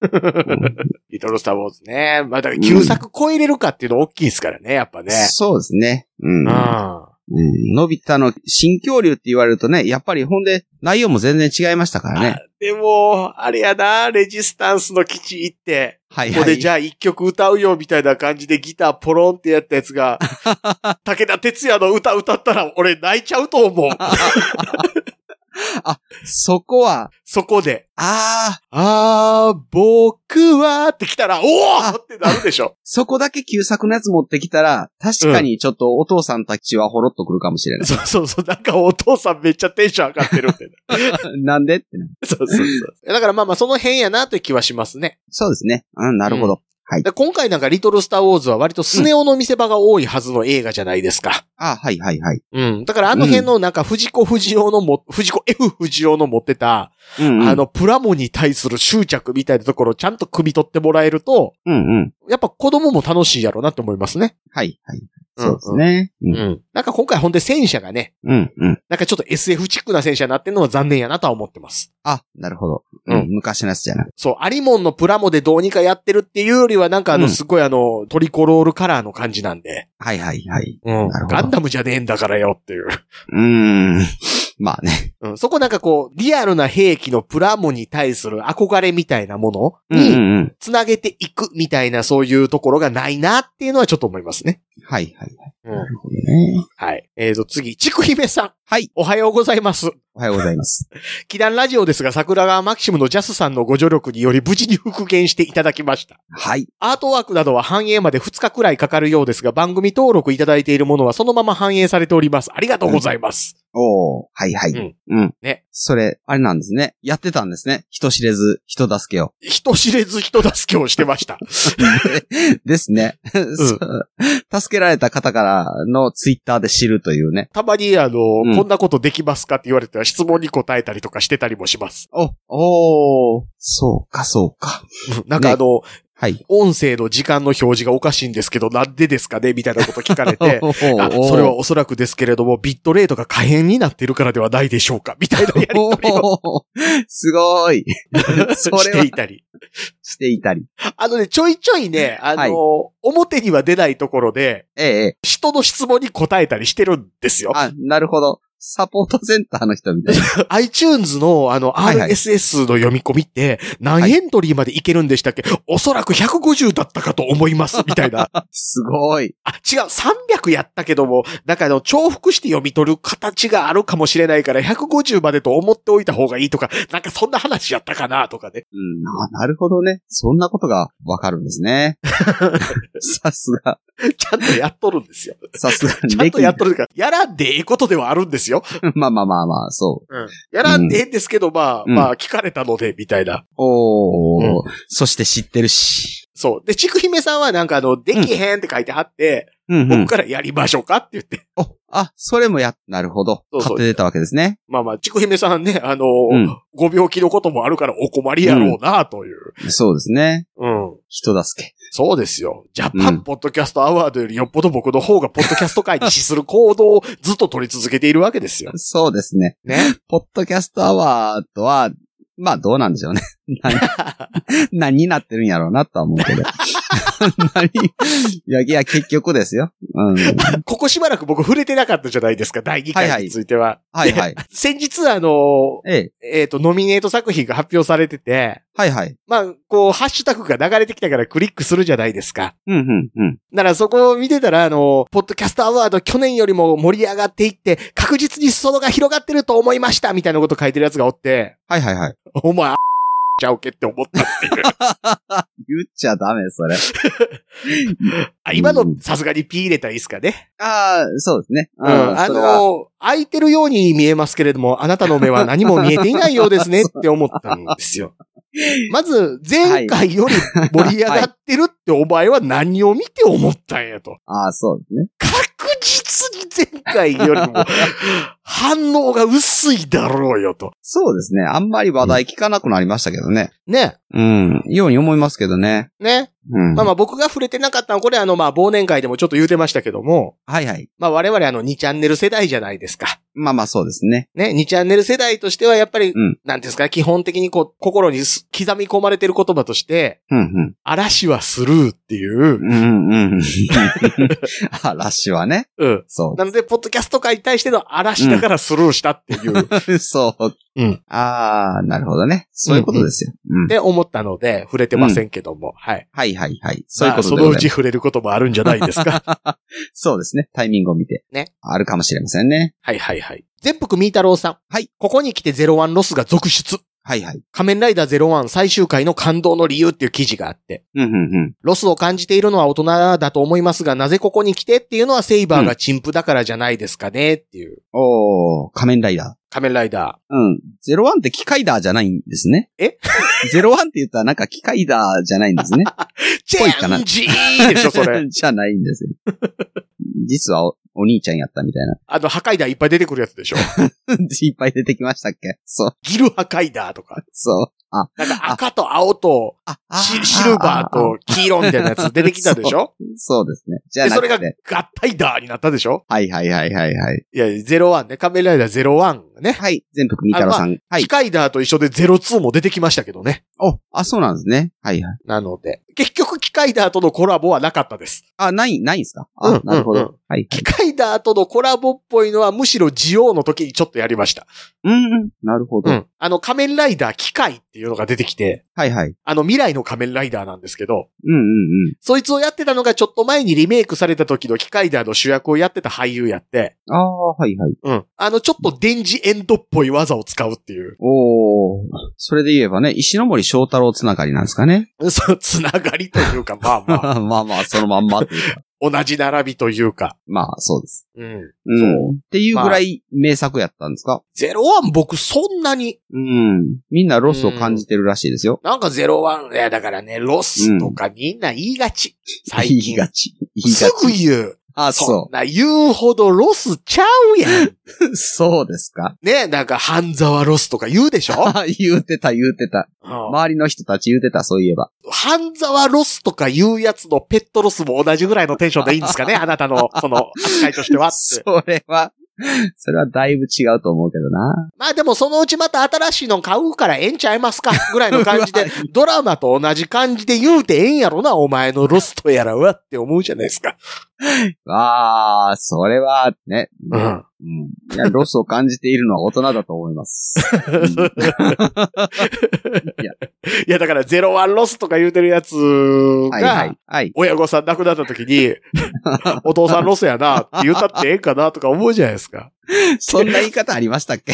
[SPEAKER 3] リトルスターウォーズね。まあだから旧作超えれるかっていうの大きいですからね、やっぱね。
[SPEAKER 4] そうですね。うん。
[SPEAKER 3] うん。
[SPEAKER 4] うんのび太の新恐竜って言われるとね、やっぱりほんで、内容も全然違いましたからね。
[SPEAKER 3] でも、あれやな、レジスタンスの基地行って。
[SPEAKER 4] はい
[SPEAKER 3] ここ
[SPEAKER 4] は
[SPEAKER 3] で
[SPEAKER 4] い
[SPEAKER 3] じ。ゃあ一曲歌うよみたいな感じでギターポロンってやったやつ [laughs] が、武田鉄矢の歌歌ったら俺泣いちゃうと [laughs] 思う。
[SPEAKER 4] そこは、
[SPEAKER 3] そこで。
[SPEAKER 4] あー、
[SPEAKER 3] あー、僕はって来たら、おおってなるでしょ。
[SPEAKER 4] そこだけ旧作のやつ持ってきたら、確かにちょっとお父さんたちはほろっとくるかもしれない。
[SPEAKER 3] [laughs] そうそうそう。なんかお父さんめっちゃテンション上がってるみたいな。
[SPEAKER 4] [laughs] なんでってね。
[SPEAKER 3] [laughs] そうそう [laughs] そう。だからまあまあその辺やなという気はしますね。
[SPEAKER 4] そうですね。うん、なるほど。
[SPEAKER 3] で今回なんかリトルスターウォーズは割とスネ夫の見せ場が多いはずの映画じゃないですか。
[SPEAKER 4] あはいはいはい。
[SPEAKER 3] うん。だからあの辺のなんか藤子不二雄のも、 [laughs] 藤子 F 不二雄の持ってた、
[SPEAKER 4] うんうん
[SPEAKER 3] あ、の、プラモに対する執着みたいなところをちゃんと汲み取ってもらえると、
[SPEAKER 4] うんうん。
[SPEAKER 3] やっぱ子供も楽しいやろうなって思いますね。
[SPEAKER 4] はいはい。
[SPEAKER 3] うん
[SPEAKER 4] そうですね。う
[SPEAKER 3] うんん。なんか今回ほんで戦車がね、
[SPEAKER 4] うんうん。
[SPEAKER 3] なんかちょっと SF チックな戦車になってるのは残念やなとは思ってます。
[SPEAKER 4] あ、なるほど。
[SPEAKER 3] う
[SPEAKER 4] うんん、昔のやつじゃなく。
[SPEAKER 3] そう、アリモンのプラモでどうにかやってるっていうよりはなんかあの、
[SPEAKER 4] うん
[SPEAKER 3] すごいあの、トリコロールカラーの感じなんで。
[SPEAKER 4] はいはいはい。
[SPEAKER 3] うん
[SPEAKER 4] なるほど
[SPEAKER 3] ガンダムじゃねえんだからよっていう。
[SPEAKER 4] うーん。 [laughs] まあね。
[SPEAKER 3] うん。そこなんかこう、リアルな兵器のプラモに対する憧れみたいなも
[SPEAKER 4] う
[SPEAKER 3] の
[SPEAKER 4] んう
[SPEAKER 3] に、
[SPEAKER 4] んうん。
[SPEAKER 3] つなげていくみたいなそういうところがないなっていうのはちょっと思いますね。
[SPEAKER 4] はいはい。
[SPEAKER 3] うん
[SPEAKER 4] なるほどね。
[SPEAKER 3] はい。えーと、次、ちくひめさん。
[SPEAKER 4] はい。
[SPEAKER 3] おはようございます。
[SPEAKER 4] おはようございます。 [laughs]
[SPEAKER 3] 祈願ラジオですが、桜川マキシムのジャスさんのご助力により無事に復元していただきました。
[SPEAKER 4] はい。
[SPEAKER 3] アートワークなどは反映まで2日くらいかかるようですが、番組登録いただいているものはそのまま反映されております。ありがとうございます。
[SPEAKER 4] おー。はいは
[SPEAKER 3] う
[SPEAKER 4] い
[SPEAKER 3] ん。
[SPEAKER 4] うん。
[SPEAKER 3] ね。
[SPEAKER 4] それ、あれなんですね。やってたんですね。人知れず、人助け [laughs] を。
[SPEAKER 3] 人知れず人助けをしてました。
[SPEAKER 4] ですね。そう助けられた方からのツイッターで知るというね。
[SPEAKER 3] たまに、あの、
[SPEAKER 4] うん
[SPEAKER 3] こんなことできますかって言われたら質問に答えたりとかしてたりもします。
[SPEAKER 4] お、おー。そうかそうか。
[SPEAKER 3] なんかあの、
[SPEAKER 4] はい。、
[SPEAKER 3] 音声の時間の表示がおかしいんですけど、なんでですかねみたいなこと聞かれて
[SPEAKER 4] [laughs] おー
[SPEAKER 3] あそれは、おそらくですけれども、ビットレートが可変になってるからではないでしょうかみたいなやりとりを
[SPEAKER 4] おーすご
[SPEAKER 3] [laughs]
[SPEAKER 4] い。 [laughs] そ
[SPEAKER 3] し
[SPEAKER 4] れは
[SPEAKER 3] ていたり。
[SPEAKER 4] していたり。
[SPEAKER 3] あのね、ちょいちょいね、あの、
[SPEAKER 4] はい
[SPEAKER 3] 表には出ないところで、
[SPEAKER 4] ええええ。
[SPEAKER 3] 人の質問に答えたりしてるんですよ。
[SPEAKER 4] あ、なるほど。サポートセンターの人みたいな。
[SPEAKER 3] iTunes のあの
[SPEAKER 4] はいはい
[SPEAKER 3] RSS の読み込みって
[SPEAKER 4] は
[SPEAKER 3] 何
[SPEAKER 4] い
[SPEAKER 3] エントリーまでいけるんでしたっけ、おそらく150だったかと思
[SPEAKER 4] [laughs]
[SPEAKER 3] いますみたいな。
[SPEAKER 4] すごい。
[SPEAKER 3] あ、違う、300やったけども、なんかあの重複して読み取る形があるかもしれないから150までと思っておいた方がいいとか、なんかそんな話やったかなとかね。
[SPEAKER 4] うん、あなるほどね。そんなことがわかるんです
[SPEAKER 3] [laughs]
[SPEAKER 4] ね。さすが、
[SPEAKER 3] ちゃんとやっとるんで
[SPEAKER 4] [laughs]
[SPEAKER 3] すよ。
[SPEAKER 4] さすが、
[SPEAKER 3] ちゃんとやっとるから、やらんでええことではあるんですよ。
[SPEAKER 4] 歴まあまあまあまあ、そう。
[SPEAKER 3] やらんでええんですけど、まあ、
[SPEAKER 4] うん
[SPEAKER 3] まあ聞かれたので、みたいな。
[SPEAKER 4] おー、そして知ってるし。
[SPEAKER 3] そう。で、ちくひめさんはなんかあの、できへんって書いてはって、
[SPEAKER 4] うんうん
[SPEAKER 3] 僕。からやりましょうかって言って。
[SPEAKER 4] お、あ、それもや、なるほど。
[SPEAKER 3] そうそう
[SPEAKER 4] 買って出たわけですね。
[SPEAKER 3] まあまあ、ちくひめさんね、あのー
[SPEAKER 4] うん
[SPEAKER 3] ご病気のこともあるからお困りやろうな、という。
[SPEAKER 4] そうですね。
[SPEAKER 3] うん。
[SPEAKER 4] 人助け。
[SPEAKER 3] そうですよ。ジャパンポッドキャストアワードよりよっぽど僕の方がポッドキャスト界に資する行動をずっと取り続けているわけですよ。
[SPEAKER 4] [laughs] そうですね。
[SPEAKER 3] ね。
[SPEAKER 4] ポッドキャストアワーとは、まあどうなんでしょ [laughs] うね。何、何になってるんやろうなとは思うけど。 [laughs] 何いや、いや、結局ですよ。うん。
[SPEAKER 3] ここしばらく僕触れてなかったじゃないですか、第2
[SPEAKER 4] はいは
[SPEAKER 3] 回
[SPEAKER 4] い
[SPEAKER 3] については。
[SPEAKER 4] はいはい。
[SPEAKER 3] 先日、あの
[SPEAKER 4] [laughs] ええ。
[SPEAKER 3] ー、えっ、と、ノミネート作品が発表されてて、
[SPEAKER 4] はいはい。
[SPEAKER 3] まあ、こう、ハッシュタグが流れてきたからクリックするじゃないですか。
[SPEAKER 4] うんうんうん。
[SPEAKER 3] ならそこを見てたら、あの、ポッドキャストアワード去年よりも盛り上がっていって、確実に裾野が広がってると思いましたみたいなこと書いてるやつがおって、
[SPEAKER 4] はいはいはい。
[SPEAKER 3] お前、 [laughs] あちゃうけって思った。
[SPEAKER 4] 言っちゃダメ、それ。
[SPEAKER 3] あ、今
[SPEAKER 4] う
[SPEAKER 3] の
[SPEAKER 4] ん
[SPEAKER 3] さすがに P 入れたらいいですかね。
[SPEAKER 4] ああ、そうですね。
[SPEAKER 3] うん。あの、開いてるように見えますけれども、あなたの目は何も見えていないようですねって思ったんで
[SPEAKER 4] [laughs]
[SPEAKER 3] すよ。まず、前回より盛り上がってるってお前は何を見て思ったんやと。
[SPEAKER 4] ああ、そうですね。
[SPEAKER 3] 確実に前回より
[SPEAKER 4] [laughs]
[SPEAKER 3] も反応が薄いだろうよと。
[SPEAKER 4] そうですね。あんまり話題聞かなくなりましたけどね。
[SPEAKER 3] ね。
[SPEAKER 4] うん。ように思いますけどね。
[SPEAKER 3] ね。
[SPEAKER 4] うん。
[SPEAKER 3] まあまあ僕が触れてなかったのは、これあのまあ忘年会でもちょっと言うてましたけども、
[SPEAKER 4] はいはい。
[SPEAKER 3] まあ我々あの2チャンネル世代じゃないですか。
[SPEAKER 4] まあまあ、そうですね。
[SPEAKER 3] ね、2チャンネル世代としてはやっぱり、
[SPEAKER 4] うん
[SPEAKER 3] なんていうんですか、基本的にこう、心にす刻み込まれてる言葉として、
[SPEAKER 4] うん
[SPEAKER 3] 嵐はスルーっていう
[SPEAKER 4] う、ん。うんうん [laughs] うん。あ、ラッシュはね。
[SPEAKER 3] うん。
[SPEAKER 4] そ
[SPEAKER 3] なので、ポッドキャスト界に対しての嵐だからスルーしたってい
[SPEAKER 4] [laughs]
[SPEAKER 3] う、っ
[SPEAKER 4] う。そう。
[SPEAKER 3] うん。
[SPEAKER 4] ああ、なるほどね。そういうことですよ。うん。
[SPEAKER 3] て思ったので、触れてませんけども、はい。
[SPEAKER 4] はいはいはい。そういうことで
[SPEAKER 3] まあその
[SPEAKER 4] ご
[SPEAKER 3] う
[SPEAKER 4] ざい
[SPEAKER 3] ち
[SPEAKER 4] ます。
[SPEAKER 3] 触れることもあるんじゃないですか。
[SPEAKER 4] そうですね。タイミングを見て。
[SPEAKER 3] ね。
[SPEAKER 4] あるかもしれませんね。
[SPEAKER 3] はいはいはい。全福みーたろうさん。
[SPEAKER 4] はい。
[SPEAKER 3] ここに来てゼロワンロスが続出。
[SPEAKER 4] はいはい。
[SPEAKER 3] 仮面ライダーゼロワン最終回の感動の理由っていう記事があって。
[SPEAKER 4] うんうんうん。
[SPEAKER 3] ロスを感じているのは大人だと思いますが、なぜここに来てっていうのはセイバーが陳腐だからじゃないですかねっていう。
[SPEAKER 4] おー、仮面ライダー。
[SPEAKER 3] 仮面ライダ
[SPEAKER 4] うん。ゼロワンって機械だじゃないんですね。
[SPEAKER 3] え
[SPEAKER 4] ゼロワンって言ったらなんか機械だじゃないんですね。
[SPEAKER 3] ー。チ
[SPEAKER 4] ぽいか
[SPEAKER 3] ェ
[SPEAKER 4] な
[SPEAKER 3] ンジ
[SPEAKER 4] [laughs]
[SPEAKER 3] ーでしょ、 [laughs] それ。
[SPEAKER 4] じゃないんですよ。実はおお兄ちゃんやったみたいな。
[SPEAKER 3] あの、破壊弾いっぱい出てくるやつでしょ。
[SPEAKER 4] いっぱい出てきましたっけそう、
[SPEAKER 3] ギル破壊弾とか。
[SPEAKER 4] そう。あ、
[SPEAKER 3] なんか赤と青と
[SPEAKER 4] あ、あ
[SPEAKER 3] シシルバーと黄色みたいなやつ出てきたでしょ
[SPEAKER 4] そうですね。じゃ
[SPEAKER 3] で、
[SPEAKER 4] な
[SPEAKER 3] そ
[SPEAKER 4] く
[SPEAKER 3] れが合
[SPEAKER 4] て。
[SPEAKER 3] 体弾になったでしょ
[SPEAKER 4] はいはいはいはいはい。
[SPEAKER 3] いや、ゼロワンね。仮面ライダーゼロワンね。
[SPEAKER 4] はい、全福みたろさん。はい
[SPEAKER 3] 機。械弾と一緒でゼロツーも出てきましたけどね。
[SPEAKER 4] お、あ、そうなんですね。はいはい。
[SPEAKER 3] なので。結局、機械弾とのコラボはなかったです。
[SPEAKER 4] あ、ない、ないんすか
[SPEAKER 3] うん
[SPEAKER 4] あ、なるほ
[SPEAKER 3] うんうん
[SPEAKER 4] ど。はいはい
[SPEAKER 3] 機。械だとのコラボっぽいのはむしろジオウの時にちょっとやりました。
[SPEAKER 4] うんうん。なるほど。
[SPEAKER 3] ん。あの仮面ライダー機械っていうのが出てきて、
[SPEAKER 4] はいはい。
[SPEAKER 3] あの未来の仮面ライダーなんですけど、
[SPEAKER 4] うんうんうん。
[SPEAKER 3] そいつをやってたのがちょっと前にリメイクされた時の機械だの主役をやってた俳優やって、
[SPEAKER 4] ああ、はいはい。
[SPEAKER 3] うん。あのちょっと電磁エンドっぽい技を使うっていう、
[SPEAKER 4] おお、それで言えばね、石ノ森章太郎つながりなんですかね。
[SPEAKER 3] そのつながりというか、まあま
[SPEAKER 4] [laughs]
[SPEAKER 3] あ、 [laughs]
[SPEAKER 4] まあまあ、そのまんまっていうか。
[SPEAKER 3] 同じ並びというか、
[SPEAKER 4] まあ、そうです。
[SPEAKER 3] うん。
[SPEAKER 4] うん。っていうぐらい名作やったんですか、
[SPEAKER 3] ゼロワン僕そんなに、
[SPEAKER 4] うん。みんなロスを感じてるらしいですよ。
[SPEAKER 3] なんかゼロワン、いやだからね、ロスとかみんな言いがち。最
[SPEAKER 4] 言い
[SPEAKER 3] 近。
[SPEAKER 4] がち。言い
[SPEAKER 3] す
[SPEAKER 4] が
[SPEAKER 3] ぐ
[SPEAKER 4] ち。
[SPEAKER 3] 言う。
[SPEAKER 4] あ、
[SPEAKER 3] そ
[SPEAKER 4] そ
[SPEAKER 3] んな言うほどロスちゃうやん。
[SPEAKER 4] [laughs] う。そうですか
[SPEAKER 3] ねなんか、半沢ロスとか言うでしょ、
[SPEAKER 4] [laughs] あ言うてた、言うてた。
[SPEAKER 3] うん
[SPEAKER 4] 周りの人たち言うてた、そういえば。
[SPEAKER 3] 半沢ロスとか言うやつのペットロスも同じぐらいのテンションでいいんで
[SPEAKER 4] [laughs]
[SPEAKER 3] すかねあなたの、その、扱いとしてはって
[SPEAKER 4] それは、それはだいぶ違うと思うけどな。
[SPEAKER 3] まあでもそのうちまた新しいの買うからええんちゃいますかぐらい
[SPEAKER 4] [laughs]
[SPEAKER 3] の感じ
[SPEAKER 4] う
[SPEAKER 3] で
[SPEAKER 4] わ、
[SPEAKER 3] ドラマと同じ感じで言うてええんやろな、お前のロストやらはって思うじゃないですか。
[SPEAKER 4] ああ、それはね、
[SPEAKER 3] う
[SPEAKER 4] ね
[SPEAKER 3] ん。
[SPEAKER 4] うん。いや、ロスを感じているのは大人だと思い
[SPEAKER 3] [laughs]
[SPEAKER 4] ます。
[SPEAKER 3] いやだからゼロワンロスとか言うてるやつ
[SPEAKER 4] はいは
[SPEAKER 3] が
[SPEAKER 4] い、。はい。
[SPEAKER 3] 親御さん亡くなった時に、 [laughs] お父さんロスやなって言ったってええんかなとか思うじゃないですか。 [laughs]
[SPEAKER 4] そんな言い方ありましたっけ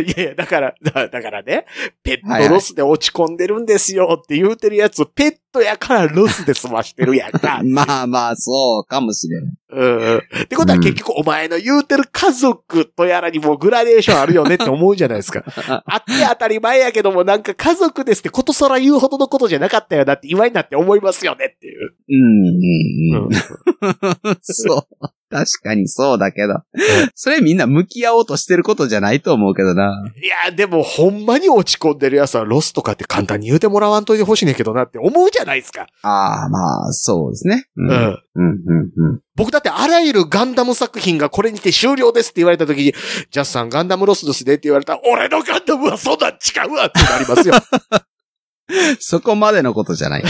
[SPEAKER 3] いやいや、だから、だだからね、ペットロスで落ち込んでるんですよって言うてるやつ、ペットやからロスで済ましてるやんか。
[SPEAKER 4] まあまあ、そうかもしれない。
[SPEAKER 3] [laughs] うんうんってことは結局お前の言うてる家族とやらにもグラデーションあるよねって思うじゃない
[SPEAKER 4] [laughs]
[SPEAKER 3] ですか。あって当たり前やけどもなんか家族ですってことさら言うほどのことじゃなかったよなって今になって思いますよねっていう。
[SPEAKER 4] うん、うん、う
[SPEAKER 3] う
[SPEAKER 4] んん。そう。確かにそうだけど。それみんな向き合おうとしてることじゃないと思うけどな。
[SPEAKER 3] いや、でもほんまに落ち込んでるやつはロスとかって簡単に言うてもらわんといてほしいねんけどなって思うじゃないですか。
[SPEAKER 4] ああ、まあ、そうですね。う、
[SPEAKER 3] うん
[SPEAKER 4] うん、
[SPEAKER 3] ん。
[SPEAKER 4] うん、うん。
[SPEAKER 3] 僕だってあらゆるガンダム作品がこれにて終了ですって言われた時に、ジャスさんガンダムロスですねって言われたら、俺のガンダムはそんなん違うわってなりますよ。
[SPEAKER 4] そこまでのことじゃない。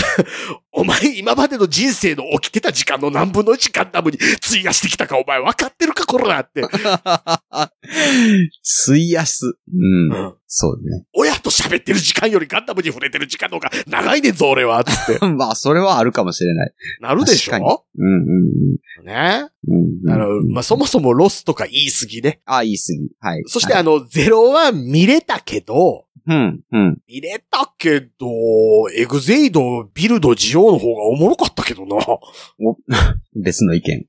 [SPEAKER 3] お前、今までの人生の起きてた時間の何分の1ガンダムに費やしてきたか、お前分かってるか、こらって。
[SPEAKER 4] [laughs] 費やす。うん。そうね。 [laughs]
[SPEAKER 3] 親と喋ってる時間よりガンダムに触れてる時間の方が長いねんぞ、俺は、つって。
[SPEAKER 4] まあ、それはあるかもしれない。
[SPEAKER 3] なるでし
[SPEAKER 4] 確か
[SPEAKER 3] ょ
[SPEAKER 4] うん、うん、
[SPEAKER 3] ね。
[SPEAKER 4] うんうん。
[SPEAKER 3] あの、まあ、そもそもロスとか言い過ぎね。
[SPEAKER 4] あ、言い過ぎ。はい。
[SPEAKER 3] そして
[SPEAKER 4] はい
[SPEAKER 3] あの、ゼロは見れたけど、
[SPEAKER 4] うん、うん。
[SPEAKER 3] 見れたけど、エグゼイド、ビルド、ジオの方がおもろかったけどな。
[SPEAKER 4] 別の意見。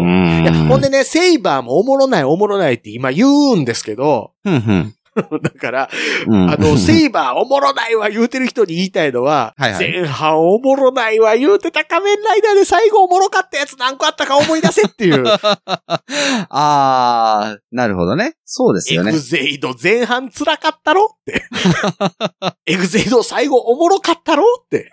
[SPEAKER 3] い
[SPEAKER 4] ん
[SPEAKER 3] やほんでね、セイバーもおもろない、おもろないって今言うんですけど、
[SPEAKER 4] うん、うん。
[SPEAKER 3] だから、
[SPEAKER 4] うん
[SPEAKER 3] あの、セイバーおもろないわ言うてる人に言いたいのは、
[SPEAKER 4] はいはい
[SPEAKER 3] 前半おもろないわ言うてた仮面ライダーで最後おもろかったやつ何個あったか思い出せって
[SPEAKER 4] [laughs]
[SPEAKER 3] いう。
[SPEAKER 4] [laughs] あー、なるほどね。そうです
[SPEAKER 3] エ
[SPEAKER 4] よね
[SPEAKER 3] グ。ゼイド前半辛かったろ
[SPEAKER 4] [laughs]
[SPEAKER 3] って。エグゼイド最後おもろかったろって。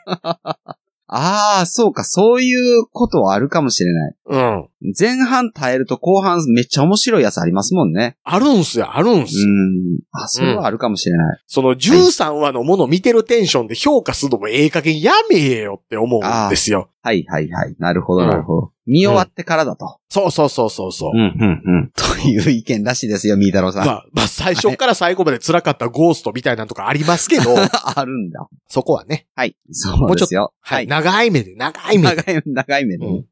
[SPEAKER 4] あー、そうか、そういうことはあるかもしれない。
[SPEAKER 3] うん。
[SPEAKER 4] 前半耐えると後半めっちゃ面白いやつありますもんね。
[SPEAKER 3] あるんすよ、あるん
[SPEAKER 4] う
[SPEAKER 3] すよ。
[SPEAKER 4] ん。あ、それはあるかもしれない。
[SPEAKER 3] その13話のもの見てるテンションで評価するのもええ加減やめえよって思うんですよ。
[SPEAKER 4] はいはいはい。なるほど
[SPEAKER 3] うん
[SPEAKER 4] なるほど。見終わってからだと。
[SPEAKER 3] そうそうそうそうそう。
[SPEAKER 4] んうんうん。という意見らしいですよ、みーたろうさん。
[SPEAKER 3] まあ、まあ、最初から最後まで辛かったゴーストみたいなのとかありますけど、
[SPEAKER 4] [laughs] あるんだ。
[SPEAKER 3] [laughs] そこはね、
[SPEAKER 4] はい。そうですよ。
[SPEAKER 3] はい。。長い目で、長い目で。
[SPEAKER 4] 長い、長い目で、ね。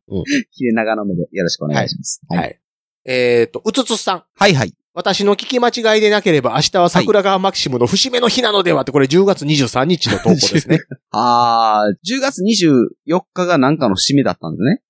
[SPEAKER 4] 切れ長の目でよろしくお願いします。。
[SPEAKER 3] はいい。えっ、と、うつつさん。
[SPEAKER 4] はいはい。
[SPEAKER 3] 私の聞き間違いでなければ、明日は桜川マキシムの節目の日なのではって、これ10月23日の投稿です [laughs] ね。
[SPEAKER 4] あー、10月24日がなんかの節目だったんですね。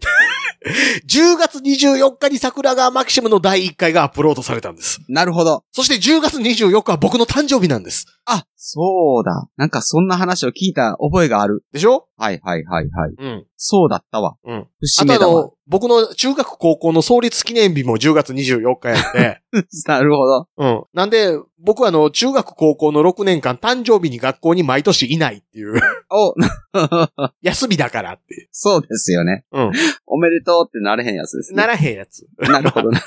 [SPEAKER 3] 10月24日に桜川マキシムの第1回がアップロードされたんです。
[SPEAKER 4] なるほど。
[SPEAKER 3] そして10月24日は僕の誕生日なんです。
[SPEAKER 4] あ、そうだ。なんかそんな話を聞いた覚えがある。
[SPEAKER 3] でしょ
[SPEAKER 4] はいはいはいはい。
[SPEAKER 3] うん。
[SPEAKER 4] そうだったわ。
[SPEAKER 3] うん。
[SPEAKER 4] 節
[SPEAKER 3] あと
[SPEAKER 4] 目
[SPEAKER 3] あ
[SPEAKER 4] だ [laughs] わ。
[SPEAKER 3] の、僕の中学高校の創立記念日も10月24日やって、
[SPEAKER 4] なるほど。
[SPEAKER 3] [laughs] うん。なんで、僕はあの、中学高校の6年間誕生日に学校に毎年いないっていう、 [laughs]
[SPEAKER 4] お、 [laughs]
[SPEAKER 3] 休みだからって。
[SPEAKER 4] そうですよね。
[SPEAKER 3] うん。
[SPEAKER 4] おめでとうってなれへんやつです
[SPEAKER 3] な
[SPEAKER 4] ね。
[SPEAKER 3] らへんやつ。
[SPEAKER 4] なるほどな。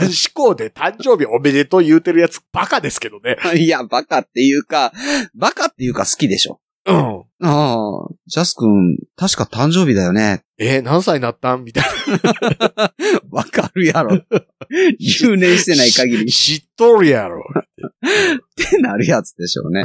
[SPEAKER 3] 男子校で誕生日おめでとう言うてるやつ、バカですけどね。
[SPEAKER 4] [laughs] いや、バカっていうか、バカっていうか好きでしょ。
[SPEAKER 3] うん。
[SPEAKER 4] ああ、ジャス君、確か誕生日だよね。 [laughs]
[SPEAKER 3] えー何歳になったんみたい
[SPEAKER 4] わかるや [laughs] ろ。留年してない限り
[SPEAKER 3] な。
[SPEAKER 4] っ
[SPEAKER 3] 知っとるやろ。
[SPEAKER 4] てなるやつでしょ [laughs] うね。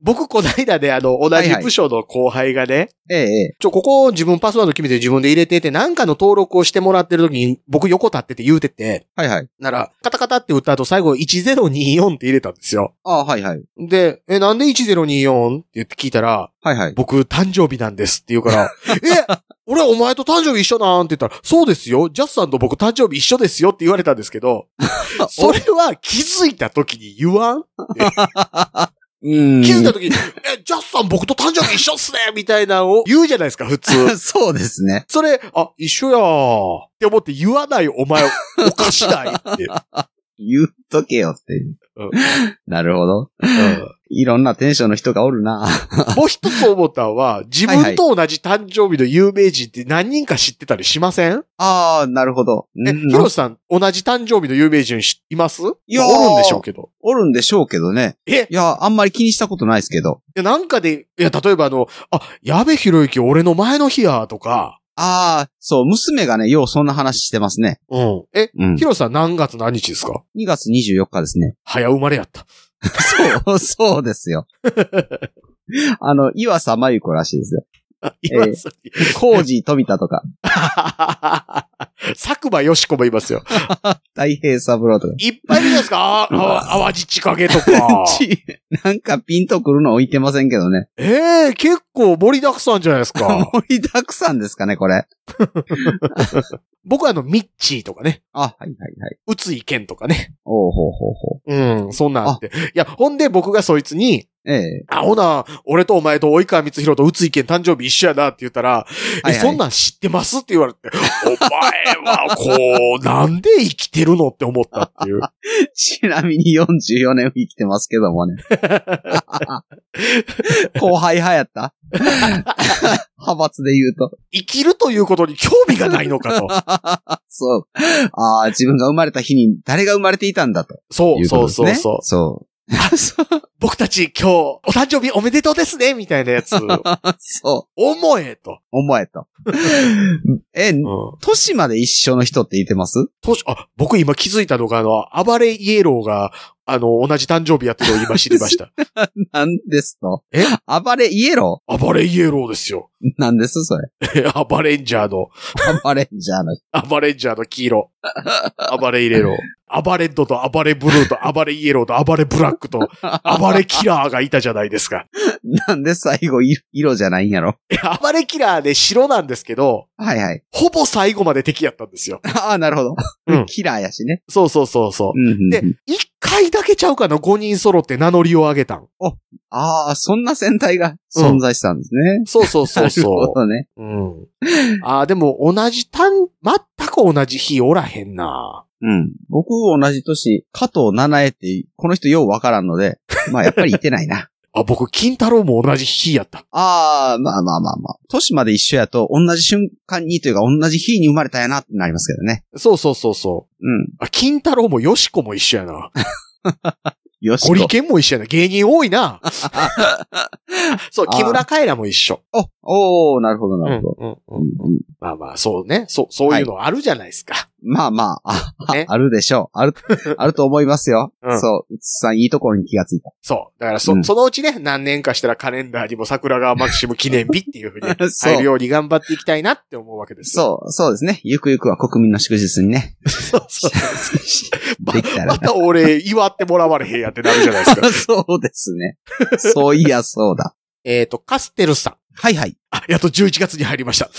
[SPEAKER 3] 僕、こないだで、あの、同
[SPEAKER 4] はい
[SPEAKER 3] じ
[SPEAKER 4] はい
[SPEAKER 3] 部署の後輩がね、
[SPEAKER 4] ええ、え
[SPEAKER 3] ちょ、ここ自分パスワード決めて自分で入れてて、なんかの登録をしてもらってる時に、僕横立ってて言うてて、
[SPEAKER 4] え。はいはい。
[SPEAKER 3] なら、カタカタって打った後、最後1024って入れたんですよ。
[SPEAKER 4] ああ、はいはい。
[SPEAKER 3] で、え、なんで 1024? って言って聞いたら、
[SPEAKER 4] はいはい。
[SPEAKER 3] 僕、誕生日なんですって言
[SPEAKER 4] [laughs]
[SPEAKER 3] うから、え、俺お前と誕生日一緒なんって言ったら、そうですよ、ジャスさんと僕誕生日一緒ですよって言われ
[SPEAKER 4] [laughs]
[SPEAKER 3] たんですけど、それは気づいた時に言わん
[SPEAKER 4] うん。
[SPEAKER 3] 気づいた時に、え、ジャスさん僕と誕生日一緒っすねみたいなのを言うじゃないですか、普
[SPEAKER 4] [laughs]
[SPEAKER 3] 通。
[SPEAKER 4] そうですね。
[SPEAKER 3] それ、あ、一緒やーって思って言わないお前、おかしないって。
[SPEAKER 4] 言っとけよって。
[SPEAKER 3] うん
[SPEAKER 4] [laughs] なるほど。いろんなテンションの人がおる [laughs] な。
[SPEAKER 3] もう一つ思ったのは、自分と同じ誕生日の有名人って何人か知ってたりしません
[SPEAKER 4] ああ、なるほど。
[SPEAKER 3] え、
[SPEAKER 4] うん
[SPEAKER 3] ヒロシさん、同じ誕生日の有名人知います
[SPEAKER 4] いやー
[SPEAKER 3] まあおるんでしょうけど。
[SPEAKER 4] おるんでしょうけどね。
[SPEAKER 3] え
[SPEAKER 4] いや、あんまり気にしたことないですけど。
[SPEAKER 3] いやなんかで、いや、例えばあの、あ、矢部博之俺の前の日や、とか、
[SPEAKER 4] ああ、そう、娘がね、ようそんな話してますね。
[SPEAKER 3] うん。え、
[SPEAKER 4] うん。
[SPEAKER 3] ヒロシさん何月何日ですか
[SPEAKER 4] 2月24日です
[SPEAKER 3] [laughs]
[SPEAKER 4] ね。
[SPEAKER 3] 早生まれやった。
[SPEAKER 4] そう、そうですよ。あの、岩佐真由子らしいですよ。
[SPEAKER 3] [laughs] 今さっき、
[SPEAKER 4] コージー富田とか、
[SPEAKER 3] 佐久間よしこもいますよ。
[SPEAKER 4] 太平三郎とか。
[SPEAKER 3] いっぱいいるんですかああ淡路千景とか。
[SPEAKER 4] ちなんかピンとくるの置いてませんけどね。
[SPEAKER 3] ええ結構盛りだくさんじゃないです
[SPEAKER 4] [laughs]
[SPEAKER 3] か。
[SPEAKER 4] 盛りだくさんですかね、これ。
[SPEAKER 3] 僕はあの、ミッチーとかね、
[SPEAKER 4] あ、はいはいはい。
[SPEAKER 3] 宇津井健とかね。
[SPEAKER 4] おうほうほうほ
[SPEAKER 3] うん、そんなんあって。いや、ほんで僕がそいつに、
[SPEAKER 4] う。ええ
[SPEAKER 3] あ、ほな、俺とお前と及川光弘と宇津井健誕生日一緒やなって言ったら、
[SPEAKER 4] はいはい
[SPEAKER 3] え、そんなん知ってますって言われて、お前はこう、なんで生きてるのって思ったっていう。
[SPEAKER 4] ちなみに44年生きてますけどもね。後輩派やった [laughs] 派閥で言うと。
[SPEAKER 3] 生きるということに興味がないのかと。
[SPEAKER 4] そう。ああ、自分が生まれた日に誰が生まれていたんだと。
[SPEAKER 3] そ
[SPEAKER 4] いううこ
[SPEAKER 3] そ
[SPEAKER 4] と
[SPEAKER 3] う
[SPEAKER 4] です
[SPEAKER 3] そう
[SPEAKER 4] ね。
[SPEAKER 3] そ
[SPEAKER 4] [laughs]
[SPEAKER 3] う。
[SPEAKER 4] そう。
[SPEAKER 3] 僕たち今日、お誕生日おめでとうですねみたいなやつ、
[SPEAKER 4] そう。
[SPEAKER 3] 思えと。
[SPEAKER 4] 思え [laughs] と。え、
[SPEAKER 3] うん。
[SPEAKER 4] 都市まで一緒の人っていてます
[SPEAKER 3] 当初あ、僕今気づいたのが、あの、暴れイエローが、あの、同じ誕生日やってるのを今知り
[SPEAKER 4] [laughs]
[SPEAKER 3] ました。
[SPEAKER 4] なんですと。
[SPEAKER 3] え
[SPEAKER 4] 暴れイエロ
[SPEAKER 3] 暴れイエローですよ。
[SPEAKER 4] ーなんですそれ。
[SPEAKER 3] 暴れんジャーの、
[SPEAKER 4] 暴れんじゃの人。
[SPEAKER 3] 暴れんジャーの黄色。暴れイエロー。暴れんドと暴れブルーと暴れイエローと暴れブラックと暴れキラーがいたじゃないですか。
[SPEAKER 4] なんで最後い、色じゃないんやろ。
[SPEAKER 3] いや暴れキラーで白なんですけど、
[SPEAKER 4] はいはい。
[SPEAKER 3] ほぼ最後まで敵やったんですよ。
[SPEAKER 4] ああ、なるほど。
[SPEAKER 3] うん
[SPEAKER 4] キラーやしね。
[SPEAKER 3] そうそうそうそう。
[SPEAKER 4] うんうんうん
[SPEAKER 3] で、一回だけちゃうかな、5人揃って名乗りを上げたん。
[SPEAKER 4] ああ、そんな戦隊が存在したんですね。
[SPEAKER 3] そうそうそう
[SPEAKER 4] なる
[SPEAKER 3] そ
[SPEAKER 4] ほどね。
[SPEAKER 3] う。うん。ああ、でも同じ単、全く同じ日おらへんな。
[SPEAKER 4] うん。僕同じ年、加藤七重って、この人ようわからんので、まあやっぱりいてないな。
[SPEAKER 3] あ、僕、金太郎も同じ日やった。
[SPEAKER 4] ああ、まあまあまあまあ。年まで一緒やと、同じ瞬間にというか、同じ日に生まれたんやなってなりますけどね。
[SPEAKER 3] そうそうそうそう。
[SPEAKER 4] うん。
[SPEAKER 3] あ、金太郎もよしこも一緒やな。
[SPEAKER 4] よし
[SPEAKER 3] ゴ
[SPEAKER 4] こ。
[SPEAKER 3] リケンも一緒やな。芸人多い [laughs] な。そう、木村カエラも一緒。
[SPEAKER 4] お、おーなるほど、なるほど。
[SPEAKER 3] うんうん
[SPEAKER 4] うんうん
[SPEAKER 3] まあまあ、そうね。そう、そういうのあるじゃないですか。
[SPEAKER 4] まあまあ、あ、
[SPEAKER 3] ね
[SPEAKER 4] あるでしょう。
[SPEAKER 3] [laughs]
[SPEAKER 4] ある、あると思いますよ。
[SPEAKER 3] うん
[SPEAKER 4] そう、うつさんいいところに気がついた。
[SPEAKER 3] そう。だからそ、
[SPEAKER 4] うん
[SPEAKER 3] そのうちね、何年かしたらカレンダーにも桜川マキシム記念日っていうふう [laughs] に入るように頑張っていきたいなって思うわけですよ。
[SPEAKER 4] そう、そうですね。ゆくゆくは国民の祝日に
[SPEAKER 3] [laughs]
[SPEAKER 4] ね。
[SPEAKER 3] そうそう。ま
[SPEAKER 4] できたら
[SPEAKER 3] ま。た俺、祝ってもらわれへんやってなるじゃないですか。
[SPEAKER 4] そうですね。そういや、そうだ。
[SPEAKER 3] えっと、カステルさん。
[SPEAKER 4] はいはい。
[SPEAKER 3] あ、やっと11月に入り
[SPEAKER 4] [laughs]
[SPEAKER 3] ました。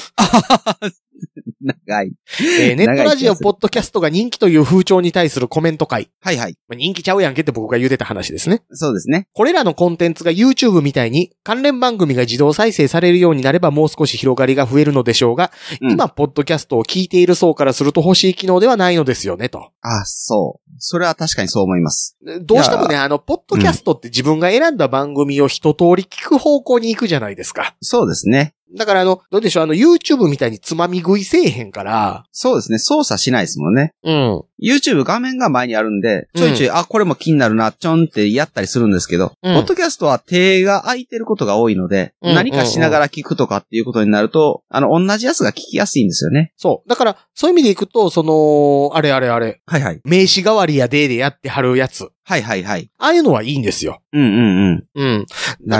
[SPEAKER 4] 長い。
[SPEAKER 3] えーネットラジオ、ポッドキャストが人気という風潮に対するコメント会。
[SPEAKER 4] はいはい。
[SPEAKER 3] まあ人気ちゃうやんけって僕が言うてた話ですね。
[SPEAKER 4] そうですね。
[SPEAKER 3] これらのコンテンツが YouTube みたいに関連番組が自動再生されるようになればもう少し広がりが増えるのでしょうが、
[SPEAKER 4] うん
[SPEAKER 3] 今、ポッドキャストを聞いている層からすると欲しい機能ではないのですよね、と。
[SPEAKER 4] あ、そう。それは確かにそう思います。
[SPEAKER 3] どうしてもね、あの、ポッドキャストって自分が選んだ番組を一通り聞く方向に行くじゃないですか。
[SPEAKER 4] そうですね。
[SPEAKER 3] だからあの、どうでしょう、あの、YouTube みたいにつまみ食いせえへんから、
[SPEAKER 4] そうですね。操作しないですもんね。
[SPEAKER 3] うん。
[SPEAKER 4] YouTube 画面が前にあるんで、ちょいちょい、あ、これも気になるな、ちょんってやったりするんですけど、
[SPEAKER 3] うん
[SPEAKER 4] ポッドキャストは手が空いてることが多いので、
[SPEAKER 3] うん
[SPEAKER 4] 何かしながら聞くとかっていうことになると、あの、同じやつが聞きやすいんですよね。
[SPEAKER 3] そう。だから、そういう意味でいくと、その、あれあれあれ、
[SPEAKER 4] はいはい。
[SPEAKER 3] 名刺代わりやででやってはるやつ。
[SPEAKER 4] はいはいはい。
[SPEAKER 3] ああいうのはいいんですよ。
[SPEAKER 4] うんうんうん。
[SPEAKER 3] うん。だ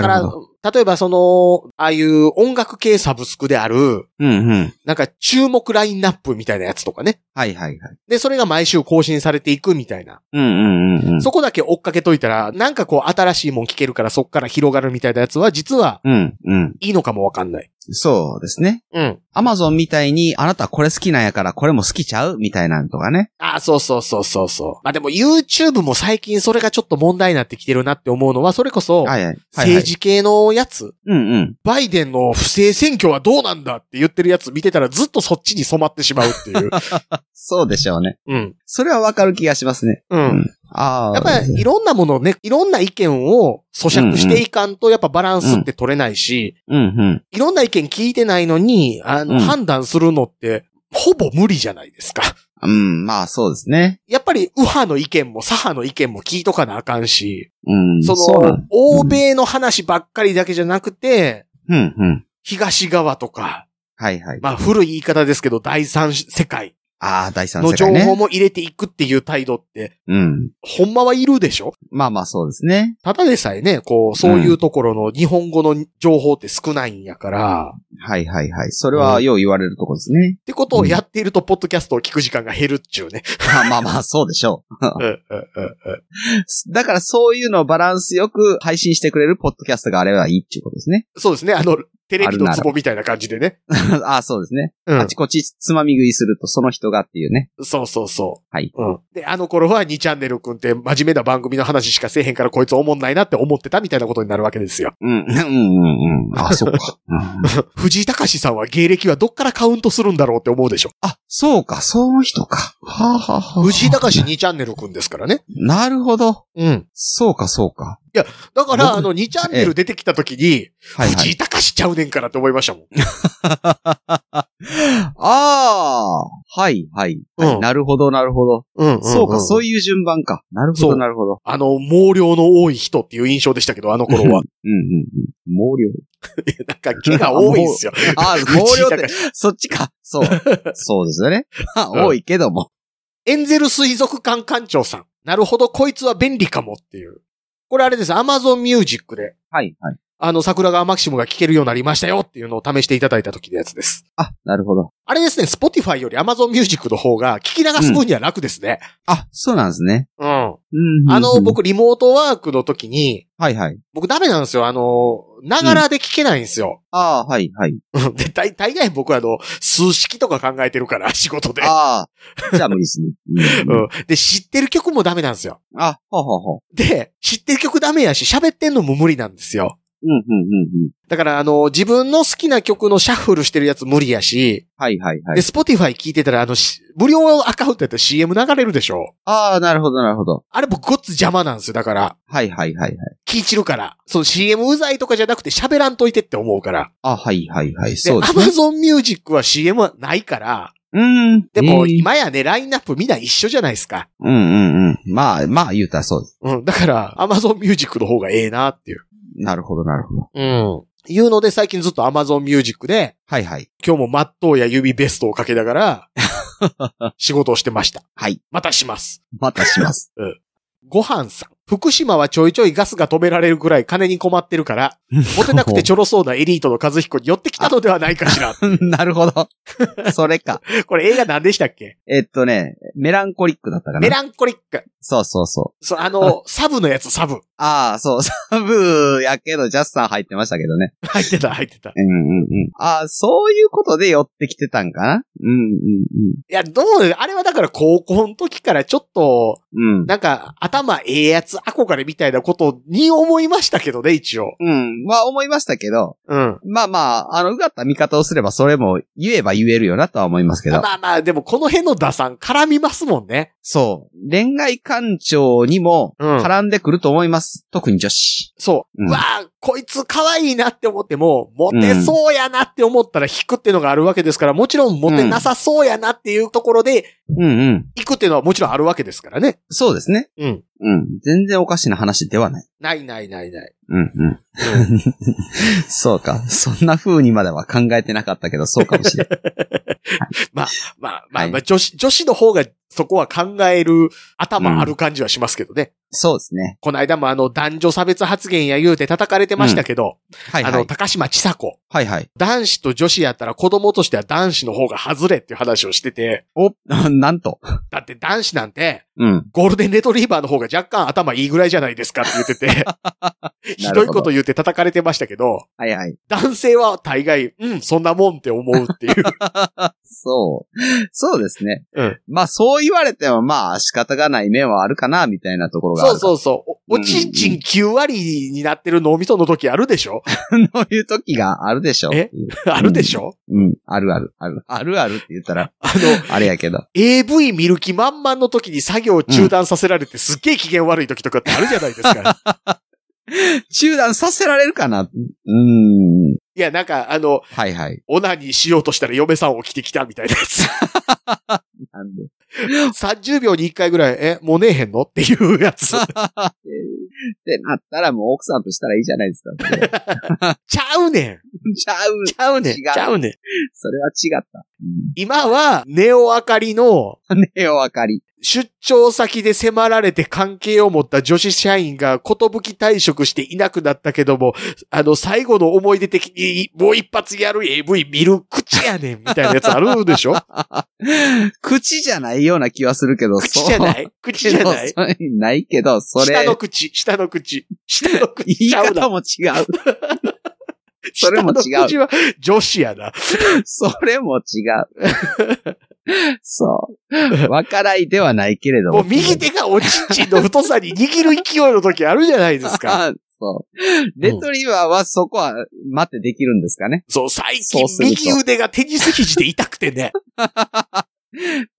[SPEAKER 4] な
[SPEAKER 3] か
[SPEAKER 4] る
[SPEAKER 3] ら
[SPEAKER 4] ほど。、
[SPEAKER 3] 例えばその、ああいう音楽系サブスクである、
[SPEAKER 4] うんうん。
[SPEAKER 3] なんか注目ラインナップみたいなやつとかね。
[SPEAKER 4] はいはいはい。
[SPEAKER 3] で、それが毎週更新されていくみたいな。
[SPEAKER 4] うんうんうんうん。
[SPEAKER 3] そこだけ追っかけといたら、なんかこう新しいもん聞けるからそっから広がるみたいなやつは実は
[SPEAKER 4] うんうん。
[SPEAKER 3] いいのかもわかんない。
[SPEAKER 4] そうですね。
[SPEAKER 3] うん。
[SPEAKER 4] アマゾンみたいに、あなたこれ好きなんやからこれも好きちゃうみたいなんとかね。
[SPEAKER 3] あ、そうそうそうそうそう。まあでも YouTube も最近それがちょっと問題になってきてるなって思うのは、それこそ、
[SPEAKER 4] はいはい。はいは
[SPEAKER 3] 政
[SPEAKER 4] い。
[SPEAKER 3] 治系のやつ、
[SPEAKER 4] うんうん。
[SPEAKER 3] バイデンの不正選挙はどうなんだって言ってるやつ見てたらずっとそっちに染まってしまうっていう。
[SPEAKER 4] そうでし [laughs] ょうね。
[SPEAKER 3] うん。
[SPEAKER 4] それはわかる気がしますね。
[SPEAKER 3] うん。
[SPEAKER 4] ああ。
[SPEAKER 3] やっぱりいろんなものをね、いろんな意見を咀嚼していかんとやっぱバランスって取れないし、
[SPEAKER 4] うんうん。
[SPEAKER 3] いろんな意見聞いてないのに、あ
[SPEAKER 4] うん
[SPEAKER 3] の、判断するのってほぼ無理じゃないですか。
[SPEAKER 4] うん、まあそうですね。
[SPEAKER 3] やっぱり右派の意見も左派の意見も聞いとかなあかんし、
[SPEAKER 4] うん。
[SPEAKER 3] そ
[SPEAKER 4] そうな
[SPEAKER 3] の
[SPEAKER 4] ん、
[SPEAKER 3] 欧米の話ばっかりだけじゃなくて、
[SPEAKER 4] うんうん。
[SPEAKER 3] 東側とか、
[SPEAKER 4] はいはい。
[SPEAKER 3] まあ古い言い方ですけど、第三世界
[SPEAKER 4] ああ、第三
[SPEAKER 3] の
[SPEAKER 4] 世
[SPEAKER 3] 情
[SPEAKER 4] 界ね。
[SPEAKER 3] 報も入れていくっていう態度って、
[SPEAKER 4] うん。
[SPEAKER 3] ほんまはいるでしょ
[SPEAKER 4] まあまあそうですね。
[SPEAKER 3] ただでさえね、こう、そういうところの日本語の情報って少ないんやから、っ
[SPEAKER 4] はいはいはい。それはよう言われるとこですね。 [laughs]
[SPEAKER 3] てことをやっていると、ポッドキャストを聞く時間が減るっちゅうね。
[SPEAKER 4] まあまあまあ、そうでしょ
[SPEAKER 3] うんうんうんうん
[SPEAKER 4] う。だからそういうのをバランスよく配信してくれるポッドキャストがあればいいっていうことですね。 [laughs]
[SPEAKER 3] そうですね、あの、テレビのツボみたいな感じでね。
[SPEAKER 4] ああ、そうですね。
[SPEAKER 3] う
[SPEAKER 4] あ
[SPEAKER 3] ん
[SPEAKER 4] ち。こちつまみ食いするとその人がっていうね。
[SPEAKER 3] そうそうそう。
[SPEAKER 4] はい。
[SPEAKER 3] うん。で、あの頃は2チャンネルくんって真面目な番組の話しかせえへんからこいつおもんないなって思ってたみたいなことになるわけですよ。
[SPEAKER 4] うん、うん、うん、うん。あ、そうか。うん
[SPEAKER 3] 藤井隆さんは芸歴はどっからカウントするんだろうって思うでしょ。
[SPEAKER 4] あ、そうか、その人か。はあ、はあはあ
[SPEAKER 3] 藤井隆2チャンネルくんですからね。
[SPEAKER 4] なるほど。
[SPEAKER 3] うん。
[SPEAKER 4] そうか、そうか。
[SPEAKER 3] だから、
[SPEAKER 4] 僕
[SPEAKER 3] あの2チャンネル出てきた時に、
[SPEAKER 4] はいは
[SPEAKER 3] 藤
[SPEAKER 4] い。
[SPEAKER 3] 井隆ちゃうねんからって思いましたもん。
[SPEAKER 4] ああ、はい、はい。はい
[SPEAKER 3] うん
[SPEAKER 4] なるほど、なるほど。
[SPEAKER 3] うん
[SPEAKER 4] そうか、そう
[SPEAKER 3] いう。
[SPEAKER 4] いう順番か。なるほ
[SPEAKER 3] そ
[SPEAKER 4] ど、
[SPEAKER 3] う
[SPEAKER 4] なるほど。
[SPEAKER 3] あの、毛量の多い人っていう印象でしたけど、あの頃
[SPEAKER 4] う
[SPEAKER 3] は。
[SPEAKER 4] ん、うん、うん。毛量。
[SPEAKER 3] [laughs] なんか、毛が多いんですよ。
[SPEAKER 4] あ、毛
[SPEAKER 3] 藤井
[SPEAKER 4] 量って、
[SPEAKER 3] 隆
[SPEAKER 4] そっちか。
[SPEAKER 3] [laughs]
[SPEAKER 4] そう。そうですよね。まあ、
[SPEAKER 3] うん
[SPEAKER 4] [laughs] 多いけども。
[SPEAKER 3] エンゼル水族館館長さん。なるほど、こいつは便利かもっていう。これあれです、アマゾンミュージックで、
[SPEAKER 4] はい、はい。
[SPEAKER 3] あの、桜川マキシムが聴けるようになりましたよっていうのを試していただいた時のやつです。
[SPEAKER 4] あ、なるほど。
[SPEAKER 3] あれですね、Spotify より Amazon Music の方が聞き流す分には楽ですね。
[SPEAKER 4] あ、そうなんですね。
[SPEAKER 3] う
[SPEAKER 4] う
[SPEAKER 3] ん。
[SPEAKER 4] ん。
[SPEAKER 3] あの、
[SPEAKER 4] うん、
[SPEAKER 3] 僕、リモートワークの時に、
[SPEAKER 4] はい、はい。
[SPEAKER 3] 僕ダメなんですよ。あの、ながらで聞けないんですよ。
[SPEAKER 4] ああ、はい、はい。
[SPEAKER 3] で、大大概僕はあの、数式とか考えて
[SPEAKER 4] [laughs]
[SPEAKER 3] るから、仕事で。
[SPEAKER 4] ああ、じゃあ無理ですね。うん
[SPEAKER 3] [laughs] うん。で、知ってる曲もダメなんですよ。
[SPEAKER 4] あ、ほうほうほう。
[SPEAKER 3] で、知ってる曲ダメやし、喋ってんのも無理なんですよ。
[SPEAKER 4] うん、うん、うん、うん。
[SPEAKER 3] だから、あの、自分の好きな曲のシャッフルしてるやつ無理やし、
[SPEAKER 4] はい、はい、は
[SPEAKER 3] で、
[SPEAKER 4] い。
[SPEAKER 3] Spotify 聞いてたら、あの、し無料アカウントやったら CM 流れるでしょ。
[SPEAKER 4] ああ、なるほど、なるほど。
[SPEAKER 3] あれ僕ごっつ邪魔なんですよ。だから、
[SPEAKER 4] はい、はい、はい、はい。
[SPEAKER 3] 聞い散るから。その CM うざいとかじゃなくて喋らんといてって思うから。
[SPEAKER 4] あ、はい、はい、はい。
[SPEAKER 3] で、
[SPEAKER 4] そうですね。
[SPEAKER 3] Amazon Music は CM はないから、
[SPEAKER 4] うん。
[SPEAKER 3] でも
[SPEAKER 4] えー
[SPEAKER 3] 今やね、ラインナップみんな一緒じゃないですか。
[SPEAKER 4] うん、うん、うん。まあ、まあ、言うたらそうです。
[SPEAKER 3] うん。だから、Amazon Music の方がええなっていう。
[SPEAKER 4] なるほど、なるほど。
[SPEAKER 3] うん。いうので、最近ずっと Amazon Music で、
[SPEAKER 4] はい、はい。
[SPEAKER 3] 今日もマットや指ベストをかけな
[SPEAKER 4] [laughs]
[SPEAKER 3] がら、仕事をしてました。
[SPEAKER 4] はい。
[SPEAKER 3] またします。
[SPEAKER 4] またし
[SPEAKER 3] [laughs]
[SPEAKER 4] ます。
[SPEAKER 3] ご飯さん。福島はちょいちょいガスが止められるくらい金に困って
[SPEAKER 4] [laughs]
[SPEAKER 3] るから、モテなくてちょろそうなエリートの和彦に寄ってきたのではないかしら。
[SPEAKER 4] なるほど。それか。
[SPEAKER 3] これ映画何でしたっけ
[SPEAKER 4] えっとね、メランコリックだったか
[SPEAKER 3] メ
[SPEAKER 4] な。
[SPEAKER 3] ランコリック。
[SPEAKER 4] そうそうそう。
[SPEAKER 3] そう、あの、サブのやつ、サブ。
[SPEAKER 4] ああ、そう、サブやけど、ジャスさん入ってましたけどね。
[SPEAKER 3] 入ってた、入ってた。い
[SPEAKER 4] うんうんうん。ああ、そういうことで寄ってきてたんかなうん
[SPEAKER 3] や、どう、あれはだから高校の時からちょっと、
[SPEAKER 4] うんうん。うん。
[SPEAKER 3] なんか、頭ええやつ憧れみたいなことに思いましたけどね、一応。
[SPEAKER 4] うん。まあ思いましたけど、
[SPEAKER 3] うん。
[SPEAKER 4] まあまあ、あの、うがった見方をすればそれも言えば言えるよなとは思いますけど。
[SPEAKER 3] まあまあ、でもこの辺の打算絡みますもんね。
[SPEAKER 4] そう。恋愛感情にも
[SPEAKER 3] うん
[SPEAKER 4] 絡んでくると思います。特に女子。
[SPEAKER 3] そう。
[SPEAKER 4] うん
[SPEAKER 3] わあ、こいつ可愛いなって思っても、モテそうやなって思ったら引くっていうのがあるわけですから、もちろんモテなさそうやなっていうところで
[SPEAKER 4] うんうん。
[SPEAKER 3] 行くっていうのはもちろんあるわけですからね。
[SPEAKER 4] そうですね。
[SPEAKER 3] うん。
[SPEAKER 4] うん。全然おかしな話ではない。
[SPEAKER 3] ないないないない。
[SPEAKER 4] うんうん。 [laughs] そうか。そんな風にまでは考えてなかったけど、そうかも
[SPEAKER 3] [laughs]
[SPEAKER 4] しれない。
[SPEAKER 3] まあまあ、
[SPEAKER 4] はい
[SPEAKER 3] まあ女子、女子の方がそこは考える頭ある感じはしますけどね。
[SPEAKER 4] そうですね。
[SPEAKER 3] この間もあの、男女差別発言や言うて叩かれてましたけど、
[SPEAKER 4] はいはい。
[SPEAKER 3] あの、高島千佐子。
[SPEAKER 4] はいはい。
[SPEAKER 3] 男子と女子やったら子供としては男子の方が外れっていう話をしてて、
[SPEAKER 4] お、 [laughs] なんと。
[SPEAKER 3] だって男子なんて、
[SPEAKER 4] うん。
[SPEAKER 3] ゴールデンレトリーバーの方が若干頭いいぐらいじゃ [laughs] ないですかって言ってて、ひどいこと言って叩かれてましたけど、
[SPEAKER 4] はいはい。
[SPEAKER 3] 男性は大概、うん、そんなもんって思う [laughs] っていう。
[SPEAKER 4] そう。そうですね。
[SPEAKER 3] うん
[SPEAKER 4] まあそう言われてもまあ仕方がない面はあるかな、みたいなところがあ
[SPEAKER 3] そ
[SPEAKER 4] る。
[SPEAKER 3] うそうそう。おおちんちん9割になってる脳みその時あるでしょ [laughs]
[SPEAKER 4] う。そういう時があるでしょ。
[SPEAKER 3] えあるでしょ
[SPEAKER 4] うん。あるある。あるあるあるって言ったら、
[SPEAKER 3] あの、
[SPEAKER 4] あれやけど。
[SPEAKER 3] AV 見る気満々の時に作業を中断させられてすっげえ機嫌悪い時とかってあるじゃないです [laughs] か。
[SPEAKER 4] 中断させられるかなうーん。
[SPEAKER 3] いや、なんか、あの、
[SPEAKER 4] はいはい。
[SPEAKER 3] オナニーしようとしたら嫁さん起きてきたみたいなやつ。 [laughs]
[SPEAKER 4] なんで。
[SPEAKER 3] 30秒に1回ぐらい、え、もうねえへんのっていうや [laughs] つ。
[SPEAKER 4] ってなったらもう奥さんとしたらいいじゃないですか。
[SPEAKER 3] ちゃうねん。
[SPEAKER 4] ちゃう。
[SPEAKER 3] [laughs] ちゃうねん。
[SPEAKER 4] 違う
[SPEAKER 3] ちゃうねん。
[SPEAKER 4] それは違った。
[SPEAKER 3] 今は、ネオあかりの
[SPEAKER 4] うん、ねえ、お分かり。
[SPEAKER 3] 出張先で迫られて関係を持った女子社員がことぶき退職していなくなったけども、あの、最後の思い出的に、もう一発やる AV 見る口やねん、みたいなやつあるでしょ
[SPEAKER 4] 口じゃないような気はするけど、
[SPEAKER 3] 口じゃない [laughs] 口じゃない
[SPEAKER 4] そうそうないけど、そ
[SPEAKER 3] 下
[SPEAKER 4] れ
[SPEAKER 3] の、口、下の口、下の
[SPEAKER 4] 言
[SPEAKER 3] 口
[SPEAKER 4] い
[SPEAKER 3] ちゃう
[SPEAKER 4] 方
[SPEAKER 3] な。
[SPEAKER 4] も違う。それも違う
[SPEAKER 3] 下の口は女子やな。
[SPEAKER 4] それも違う。
[SPEAKER 3] [laughs]
[SPEAKER 4] そう。わからいではないけれど
[SPEAKER 3] も
[SPEAKER 4] も。
[SPEAKER 3] う右手がおちんちんの太さに握る勢いの時あるじゃないです
[SPEAKER 4] [laughs]
[SPEAKER 3] か。
[SPEAKER 4] あそう。レトリバーはそこは待ってできるんですかね。
[SPEAKER 3] そう、最近
[SPEAKER 4] そうすると
[SPEAKER 3] 右腕がテニス肘で痛くて
[SPEAKER 4] [laughs]
[SPEAKER 3] ね。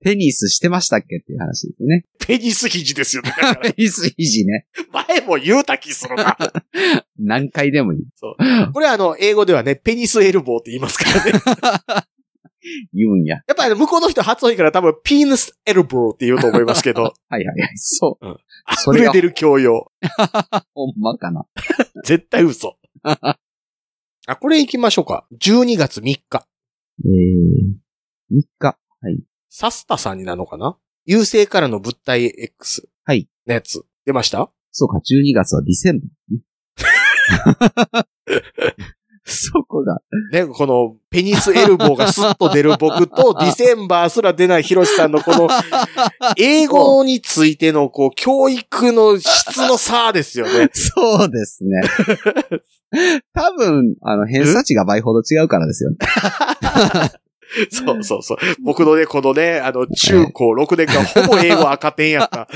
[SPEAKER 4] テニスしてましたっけっていう話ですね。
[SPEAKER 3] ペニス肘ですよね。だから
[SPEAKER 4] テニス肘ね。
[SPEAKER 3] 前も言うた気する
[SPEAKER 4] [laughs]
[SPEAKER 3] な。
[SPEAKER 4] 何回でもいい。
[SPEAKER 3] これはあの、英語ではね、ペニスエルボーって言いますから
[SPEAKER 4] [laughs]
[SPEAKER 3] ね。
[SPEAKER 4] 言うんや。
[SPEAKER 3] やっぱり向こうの人発音いいから多分、ピーヌスエルボーって言うと思いますけど、
[SPEAKER 4] はいはいはい。そう。そ
[SPEAKER 3] 溢
[SPEAKER 4] れ
[SPEAKER 3] れ [laughs]
[SPEAKER 4] が
[SPEAKER 3] 出る教養。
[SPEAKER 4] ほんまかな。
[SPEAKER 3] 絶対嘘。 [laughs] あ、これ行きましょうか。12月3日。
[SPEAKER 4] えー、3日。
[SPEAKER 3] サスタさんになるのかな優勢からの物体 X。
[SPEAKER 4] はい。
[SPEAKER 3] のやつ。出ました
[SPEAKER 4] そうか、12月はディセンバ [laughs] ー。そこが。
[SPEAKER 3] ね、この、ペニスエルボーがスッと出る僕 [laughs] と、ディセンバーすら出ないヒロシさんのこ [laughs] の、英語についての、こう、教育の質の差ですよね。
[SPEAKER 4] そうですね。多分、あの、偏差値が倍ほど違うからです [laughs] よね。
[SPEAKER 3] [laughs] そうそうそう。僕のね、このね、あの、中高6年間、ほぼ英語赤点や [laughs] った、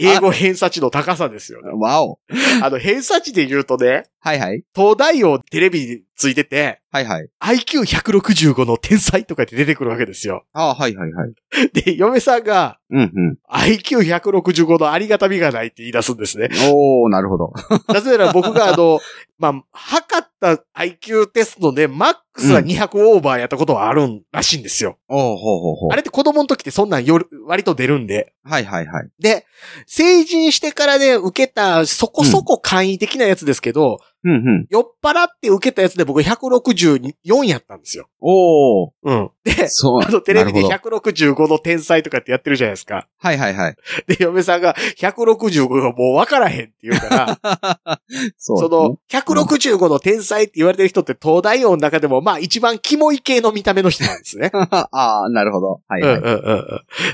[SPEAKER 3] 英語偏差値の高さですよね。
[SPEAKER 4] わお。
[SPEAKER 3] あの、偏差値で言うとね、
[SPEAKER 4] はいはい。
[SPEAKER 3] 東大王テレビについてて、
[SPEAKER 4] はいはい。
[SPEAKER 3] IQ165 の天才とかって出てくるわけですよ。
[SPEAKER 4] ああ、はいはいはい。
[SPEAKER 3] で、嫁さんが、
[SPEAKER 4] うんうん。
[SPEAKER 3] IQ165 のありがたみがないって言い出すんですね。
[SPEAKER 4] おー、なるほど。
[SPEAKER 3] なぜなら僕があの、 [laughs] まあ、測った IQ テストで、マックスは200オーバーやったことはあるんらしいんですよ。
[SPEAKER 4] おー、ほうほうほう
[SPEAKER 3] あ。れって子供の時ってそんなんより割と出るんで。
[SPEAKER 4] はいはいはい。
[SPEAKER 3] で、成人してからね、受けたそこそこ簡易的なやつですけど、
[SPEAKER 4] うんうん。
[SPEAKER 3] 酔っ払って受けたやつで僕164やったんですよ。
[SPEAKER 4] おー。
[SPEAKER 3] うん。で、
[SPEAKER 4] そう。
[SPEAKER 3] あのテレビで
[SPEAKER 4] なる
[SPEAKER 3] 165の天才とかってやってるじゃないですか。
[SPEAKER 4] ほどはいはいはい。
[SPEAKER 3] で、嫁さんが165がもう分からへんって言うから、
[SPEAKER 4] [laughs] そう
[SPEAKER 3] そ
[SPEAKER 4] ですね。。
[SPEAKER 3] の、165の天才って言われてる人って東大王の中でも、まあ一番キモい系の見た目の人なんですね
[SPEAKER 4] [laughs] ああ、なるほど。は
[SPEAKER 3] う
[SPEAKER 4] い
[SPEAKER 3] んうん
[SPEAKER 4] は
[SPEAKER 3] う
[SPEAKER 4] い
[SPEAKER 3] ん。うん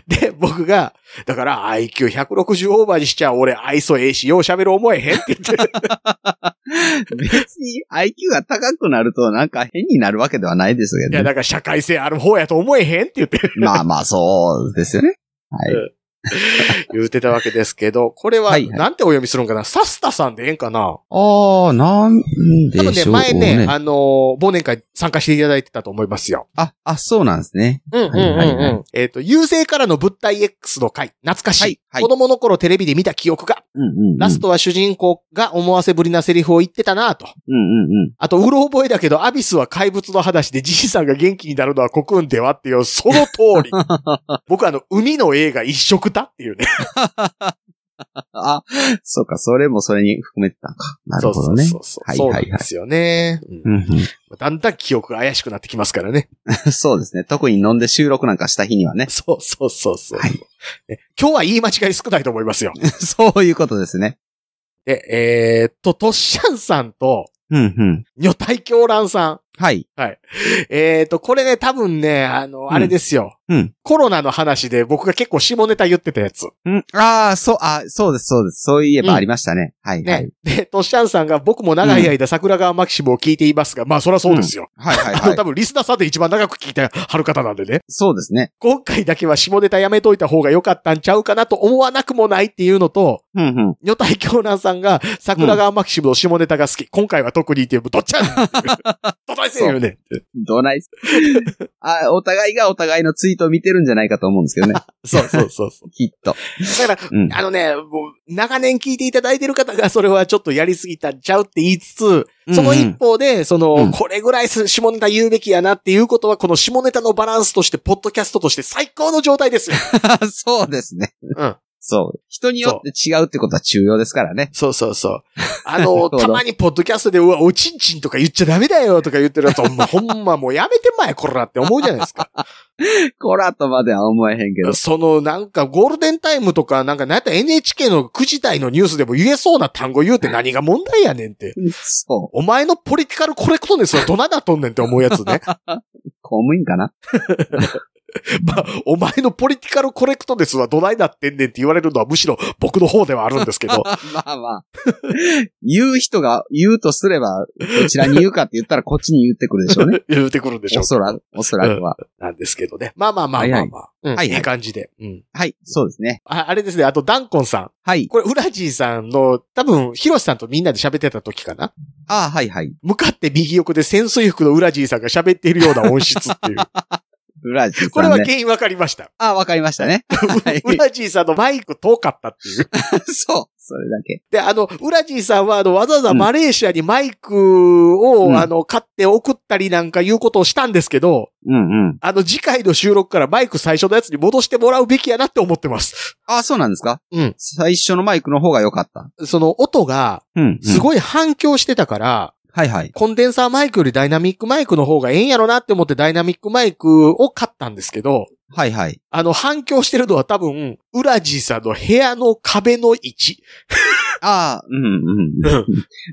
[SPEAKER 3] で、僕が、だから IQ160 オーバーにしちゃ俺愛想ええし、よう喋る思えへんって
[SPEAKER 4] [laughs]
[SPEAKER 3] 言って、
[SPEAKER 4] 別に IQ が高くなるとなんか変になるわけではないです
[SPEAKER 3] い
[SPEAKER 4] け
[SPEAKER 3] や、
[SPEAKER 4] ど、ね。
[SPEAKER 3] だから社会性ある方やと思えへんって言って、
[SPEAKER 4] まあまあ、そうですよね。はい。
[SPEAKER 3] 言ってたわけですけど、これは、
[SPEAKER 4] はいはい
[SPEAKER 3] なんてお読みするんかなサスタさんでええんかな
[SPEAKER 4] ああ、なん
[SPEAKER 3] 多分
[SPEAKER 4] で
[SPEAKER 3] ね、
[SPEAKER 4] しょうね。
[SPEAKER 3] 前ね、あのー忘年会参加していただいてたと思いますよ。
[SPEAKER 4] あ、あ、そうなんですね。
[SPEAKER 3] うんうん
[SPEAKER 4] うんうん
[SPEAKER 3] えっ、と、優勢からの物体 X の回、懐かしい。
[SPEAKER 4] はいはい
[SPEAKER 3] 子供の頃テレビで見た記憶が、
[SPEAKER 4] うんうん、うん。
[SPEAKER 3] ラス。トは主人公が思わせぶりなセリフを言ってたなぁと。
[SPEAKER 4] うんうんうん。
[SPEAKER 3] あと、うろ覚えだけど、アビスは怪物の話で、ジシさんが元気になるのはコクーンではっ
[SPEAKER 4] [laughs]
[SPEAKER 3] ていう、その通り。僕あの、海の映画一色たっていうね。
[SPEAKER 4] あ、そうか、それもそれに含めてたんか。なるほどね。
[SPEAKER 3] そうそうそうそ
[SPEAKER 4] は
[SPEAKER 3] う。
[SPEAKER 4] いはいはい
[SPEAKER 3] そうなんですよね。うん
[SPEAKER 4] うんう
[SPEAKER 3] だんだん記憶が怪しくなってきますからね。
[SPEAKER 4] ん [laughs] そうですね。特に飲んで収録なんかした日には
[SPEAKER 3] [laughs]
[SPEAKER 4] ね。 [laughs]
[SPEAKER 3] そうそうそうそう、
[SPEAKER 4] はい
[SPEAKER 3] ね今日は言い間違い少ないと思いますよ。
[SPEAKER 4] そういうことですね。
[SPEAKER 3] で、えーっと、トッシャンさんと、
[SPEAKER 4] うんうん。
[SPEAKER 3] 女体狂乱さ
[SPEAKER 4] はい。
[SPEAKER 3] ん。えーっと、これね、多分ね、あの、
[SPEAKER 4] ん
[SPEAKER 3] あれですよ、
[SPEAKER 4] うん
[SPEAKER 3] コロナの話で僕が結構下ネタ言ってたやつ。
[SPEAKER 4] うん、ああ、そう、あそうです、そうです。そういえ
[SPEAKER 3] う
[SPEAKER 4] ば
[SPEAKER 3] ん
[SPEAKER 4] ありましたね。はい、
[SPEAKER 3] ね。
[SPEAKER 4] はい。
[SPEAKER 3] で、トッシャンさんが僕も長い間桜川マキシムを聞いていますが、まあそりゃそうですよ。
[SPEAKER 4] はい、はい、
[SPEAKER 3] あの [laughs]
[SPEAKER 4] はい
[SPEAKER 3] 多。分リスナーさんで一番長く聞いてはる方なんでね。
[SPEAKER 4] そうですね。
[SPEAKER 3] 今回だけは下ネタやめといた方が良かったんちゃうかなと思わなくもないっていうのと、
[SPEAKER 4] うんうん。
[SPEAKER 3] 女体狂乱さんが桜川マキシムの下ネタが好き。今回は特にっていう、どっち [laughs] ゃんどないせんよね。
[SPEAKER 4] どない
[SPEAKER 3] [laughs]
[SPEAKER 4] すあお互いがお互いのツイートを見てるんじゃないかと思うんですけ
[SPEAKER 3] [laughs]
[SPEAKER 4] どね。
[SPEAKER 3] そうそうそうそう。
[SPEAKER 4] きっと。
[SPEAKER 3] だから、
[SPEAKER 4] うん。
[SPEAKER 3] あのね、もう、長年聞いていただいてる方がそれはちょっとやりすぎたんちゃうって言いつつ、その一方で、その、
[SPEAKER 4] うん
[SPEAKER 3] これぐらいす下ネタ言うべきやなっていうことは、この下ネタのバランスとして、ポッドキャストとして最高の状態ですよ。
[SPEAKER 4] そうですね。
[SPEAKER 3] うん。
[SPEAKER 4] そう。人によって違うってことは重要ですから
[SPEAKER 3] [laughs]
[SPEAKER 4] ね。
[SPEAKER 3] [laughs] そうそう [laughs] そう。あ
[SPEAKER 4] なる
[SPEAKER 3] の、
[SPEAKER 4] ほど
[SPEAKER 3] たまにポッドキャストで、うわ、おちんちんとか言っちゃダメだよとか言ってるやつ、ほんまほんまもうやめてまえ、こらって思うじゃないですか。
[SPEAKER 4] コラとまでは思えへんけど。
[SPEAKER 3] その、なんか、ゴールデンタイムとか、なんか、なんやったら NHK の9時台のニュースでも言えそうな単語言うて何が問題やねんって。
[SPEAKER 4] そ
[SPEAKER 3] お前のポリティカルコレクトネスはどないなっとんねんって思うやつ [laughs] ね。
[SPEAKER 4] う。公務員か
[SPEAKER 3] [laughs]
[SPEAKER 4] な
[SPEAKER 3] まあお前のポリティカルコレクトネスはどないなってんねんって言われるのはむしろ僕の方ではあるんです [laughs] けど。
[SPEAKER 4] まあまあ。言う人が言うとすれば、どちらに言うかって言ったらこっちに言ってくるでしょうね。
[SPEAKER 3] 言うてく [laughs] るんでし
[SPEAKER 4] お
[SPEAKER 3] ょう。
[SPEAKER 4] そらく、おそらくは。
[SPEAKER 3] なんですけどね。まあまあまあまあまあ。う
[SPEAKER 4] は
[SPEAKER 3] ん
[SPEAKER 4] いはい
[SPEAKER 3] いい感じで。うん。
[SPEAKER 4] はい、そうですね。
[SPEAKER 3] ああれですね。あと、ダンコンさん。
[SPEAKER 4] はい。
[SPEAKER 3] これ、ウラジーさんの、多分、ヒロシさんとみんなで喋ってた時かな。
[SPEAKER 4] ああ、はいはい。
[SPEAKER 3] 向かって右横で潜水服のウラジーさんが喋っているような音質っていう。
[SPEAKER 4] ブラジル
[SPEAKER 3] これ
[SPEAKER 4] さ
[SPEAKER 3] は
[SPEAKER 4] んね。
[SPEAKER 3] 原因わかりました。
[SPEAKER 4] ああ、わかりましたね。はい。
[SPEAKER 3] [laughs] ウラジーさんのマイク遠かったっていう。
[SPEAKER 4] [laughs] そう。それだけ。
[SPEAKER 3] で、あの、ウラジーさんは、あの、わざわざマレーシアにマイクを、
[SPEAKER 4] うん
[SPEAKER 3] あの、買って送ったりなんかいうことをしたんですけど、
[SPEAKER 4] うんうん。
[SPEAKER 3] あの、次回の収録からマイク最初のやつに戻してもらうべきやなって思ってます。
[SPEAKER 4] ああ、そうなんですか
[SPEAKER 3] うん。
[SPEAKER 4] 最初のマイクの方が良かった。
[SPEAKER 3] その音が、
[SPEAKER 4] うん
[SPEAKER 3] す
[SPEAKER 4] い。
[SPEAKER 3] ごい反響してたから、
[SPEAKER 4] はいはい。
[SPEAKER 3] コンデンサーマイクよりダイナミックマイクの方がええんやろなって思ってダイナミックマイクを買ったんですけど、
[SPEAKER 4] はいはい。
[SPEAKER 3] あの、反響してるのは多分、ウラジーさんの部屋の壁の位置。
[SPEAKER 4] ああ、うんうんうん。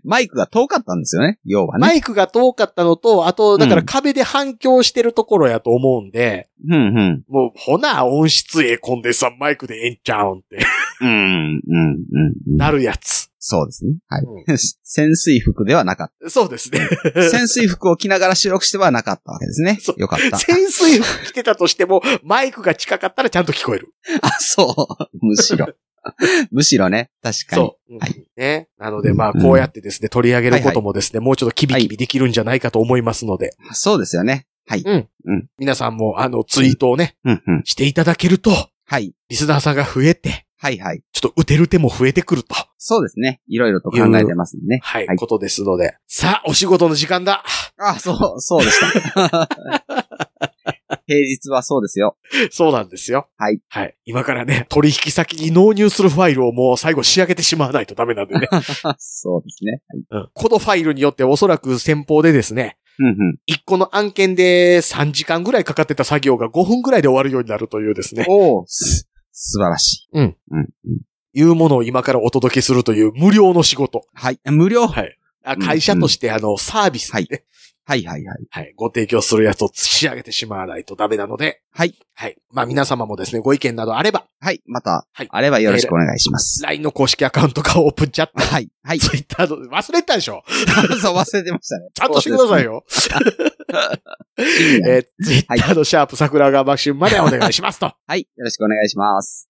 [SPEAKER 4] マイクが遠かったんですよね。要は
[SPEAKER 3] マ
[SPEAKER 4] ね。
[SPEAKER 3] イクが遠かったのと、あと、だか
[SPEAKER 4] う
[SPEAKER 3] ら
[SPEAKER 4] ん
[SPEAKER 3] 壁で反響してるところやと思うんで、
[SPEAKER 4] うんうん。
[SPEAKER 3] もう、ほな、音質ええコンデンサーマイクでええんちゃうんって、
[SPEAKER 4] うん、うん、うん。
[SPEAKER 3] なるやつ。
[SPEAKER 4] そうですね。はい。 [laughs] 潜水服ではなかっ
[SPEAKER 3] そうですね。
[SPEAKER 4] た。潜水服を着ながら収録してはなかったわけですね
[SPEAKER 3] そ。
[SPEAKER 4] よかった。
[SPEAKER 3] 潜水服着てたとしても、マイクが近かったらちゃんと聞こえる。
[SPEAKER 4] [laughs] あ、そう。む [laughs] しろ。むしろね。確かに。
[SPEAKER 3] そう。
[SPEAKER 4] は
[SPEAKER 3] ね。なので、まあ、
[SPEAKER 4] うん
[SPEAKER 3] こうやってですね、取り上げることもですね、もうちょっとキビキ
[SPEAKER 4] は
[SPEAKER 3] ビできるんじゃないかと思いますので、
[SPEAKER 4] そうですよね。はい。
[SPEAKER 3] 皆さんも、あの、ツイートをね、
[SPEAKER 4] うん、うん。
[SPEAKER 3] していただけると、
[SPEAKER 4] はい。
[SPEAKER 3] リスナーさんが増えて、
[SPEAKER 4] はい、はい。
[SPEAKER 3] ちょっと打てる手も増えてくると。
[SPEAKER 4] そうですね。いろいろと考えてますんでね。
[SPEAKER 3] はい、
[SPEAKER 4] はい
[SPEAKER 3] ことですので。さあ、お仕事の時間だ。
[SPEAKER 4] あ、そう、そうで [laughs] した。平日はそうですよ。
[SPEAKER 3] そうなんですよ。
[SPEAKER 4] はい。
[SPEAKER 3] はい。今からね、取引先に納入するファイルをもう最後仕上げてしまわないとダメなんで [laughs] ね。
[SPEAKER 4] そうですね。はい
[SPEAKER 3] うんこのファイルによっておそらく先方でですね、
[SPEAKER 4] うん、うん。
[SPEAKER 3] 一個の案件で3時間ぐらいかかってた作業が5分ぐらいで終わるようになるというですね、
[SPEAKER 4] おお素晴らしい。
[SPEAKER 3] うん。
[SPEAKER 4] うん、うん。
[SPEAKER 3] いうものを今からお届けするという無料の仕事。
[SPEAKER 4] はい。無料。はい、
[SPEAKER 3] はい。あ会社としてあの、サービスでね、
[SPEAKER 4] はい、はい。はい
[SPEAKER 3] はい。ご提供するやつを仕上げてしまわないとダメなので、
[SPEAKER 4] はい。
[SPEAKER 3] はい。まあ皆様もですね、ご意見などあれば、
[SPEAKER 4] はい。また
[SPEAKER 3] はい、
[SPEAKER 4] あればよろしくお願いします。
[SPEAKER 3] LINE の公式アカウントかオープンチャット、
[SPEAKER 4] はい。はい。 [laughs]
[SPEAKER 3] ツイッターの、忘れてたでしょ
[SPEAKER 4] そう、忘れてましたね。
[SPEAKER 3] ちゃんとしてくださ
[SPEAKER 4] [laughs]
[SPEAKER 3] いよ。
[SPEAKER 4] よ。
[SPEAKER 3] [laughs] えー、ツイッターのシャープ桜川マキシムまでお願いしますと。
[SPEAKER 4] はい。よろしくお願いします。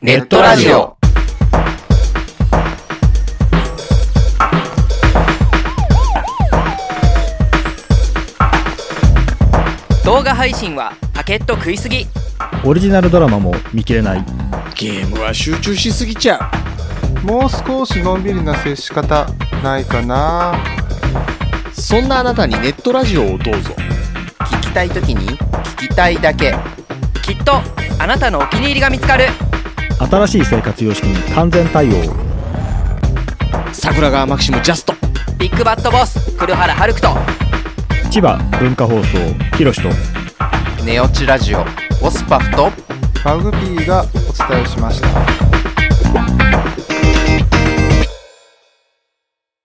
[SPEAKER 5] ネットラジオ。
[SPEAKER 6] 動画配信はパケット食いすぎ
[SPEAKER 7] オリジナルドラマも見切れない
[SPEAKER 3] ゲームは集中しすぎちゃう。
[SPEAKER 8] もう少しのんびりな接し方ないかな
[SPEAKER 3] そんなあなたにネットラジオをどうぞ。
[SPEAKER 5] 聞きたいときに聞きたいだけ。
[SPEAKER 6] きっとあなたのお気に入りが見つかる
[SPEAKER 7] 新しい生活様式に完全対応
[SPEAKER 3] 桜川マキシムジャスト。
[SPEAKER 6] ビッグバットボス黒原遥人
[SPEAKER 7] 千葉文化放送ひろしと
[SPEAKER 5] ネオチラジオ。オスパフと
[SPEAKER 8] マグピーがお伝えしました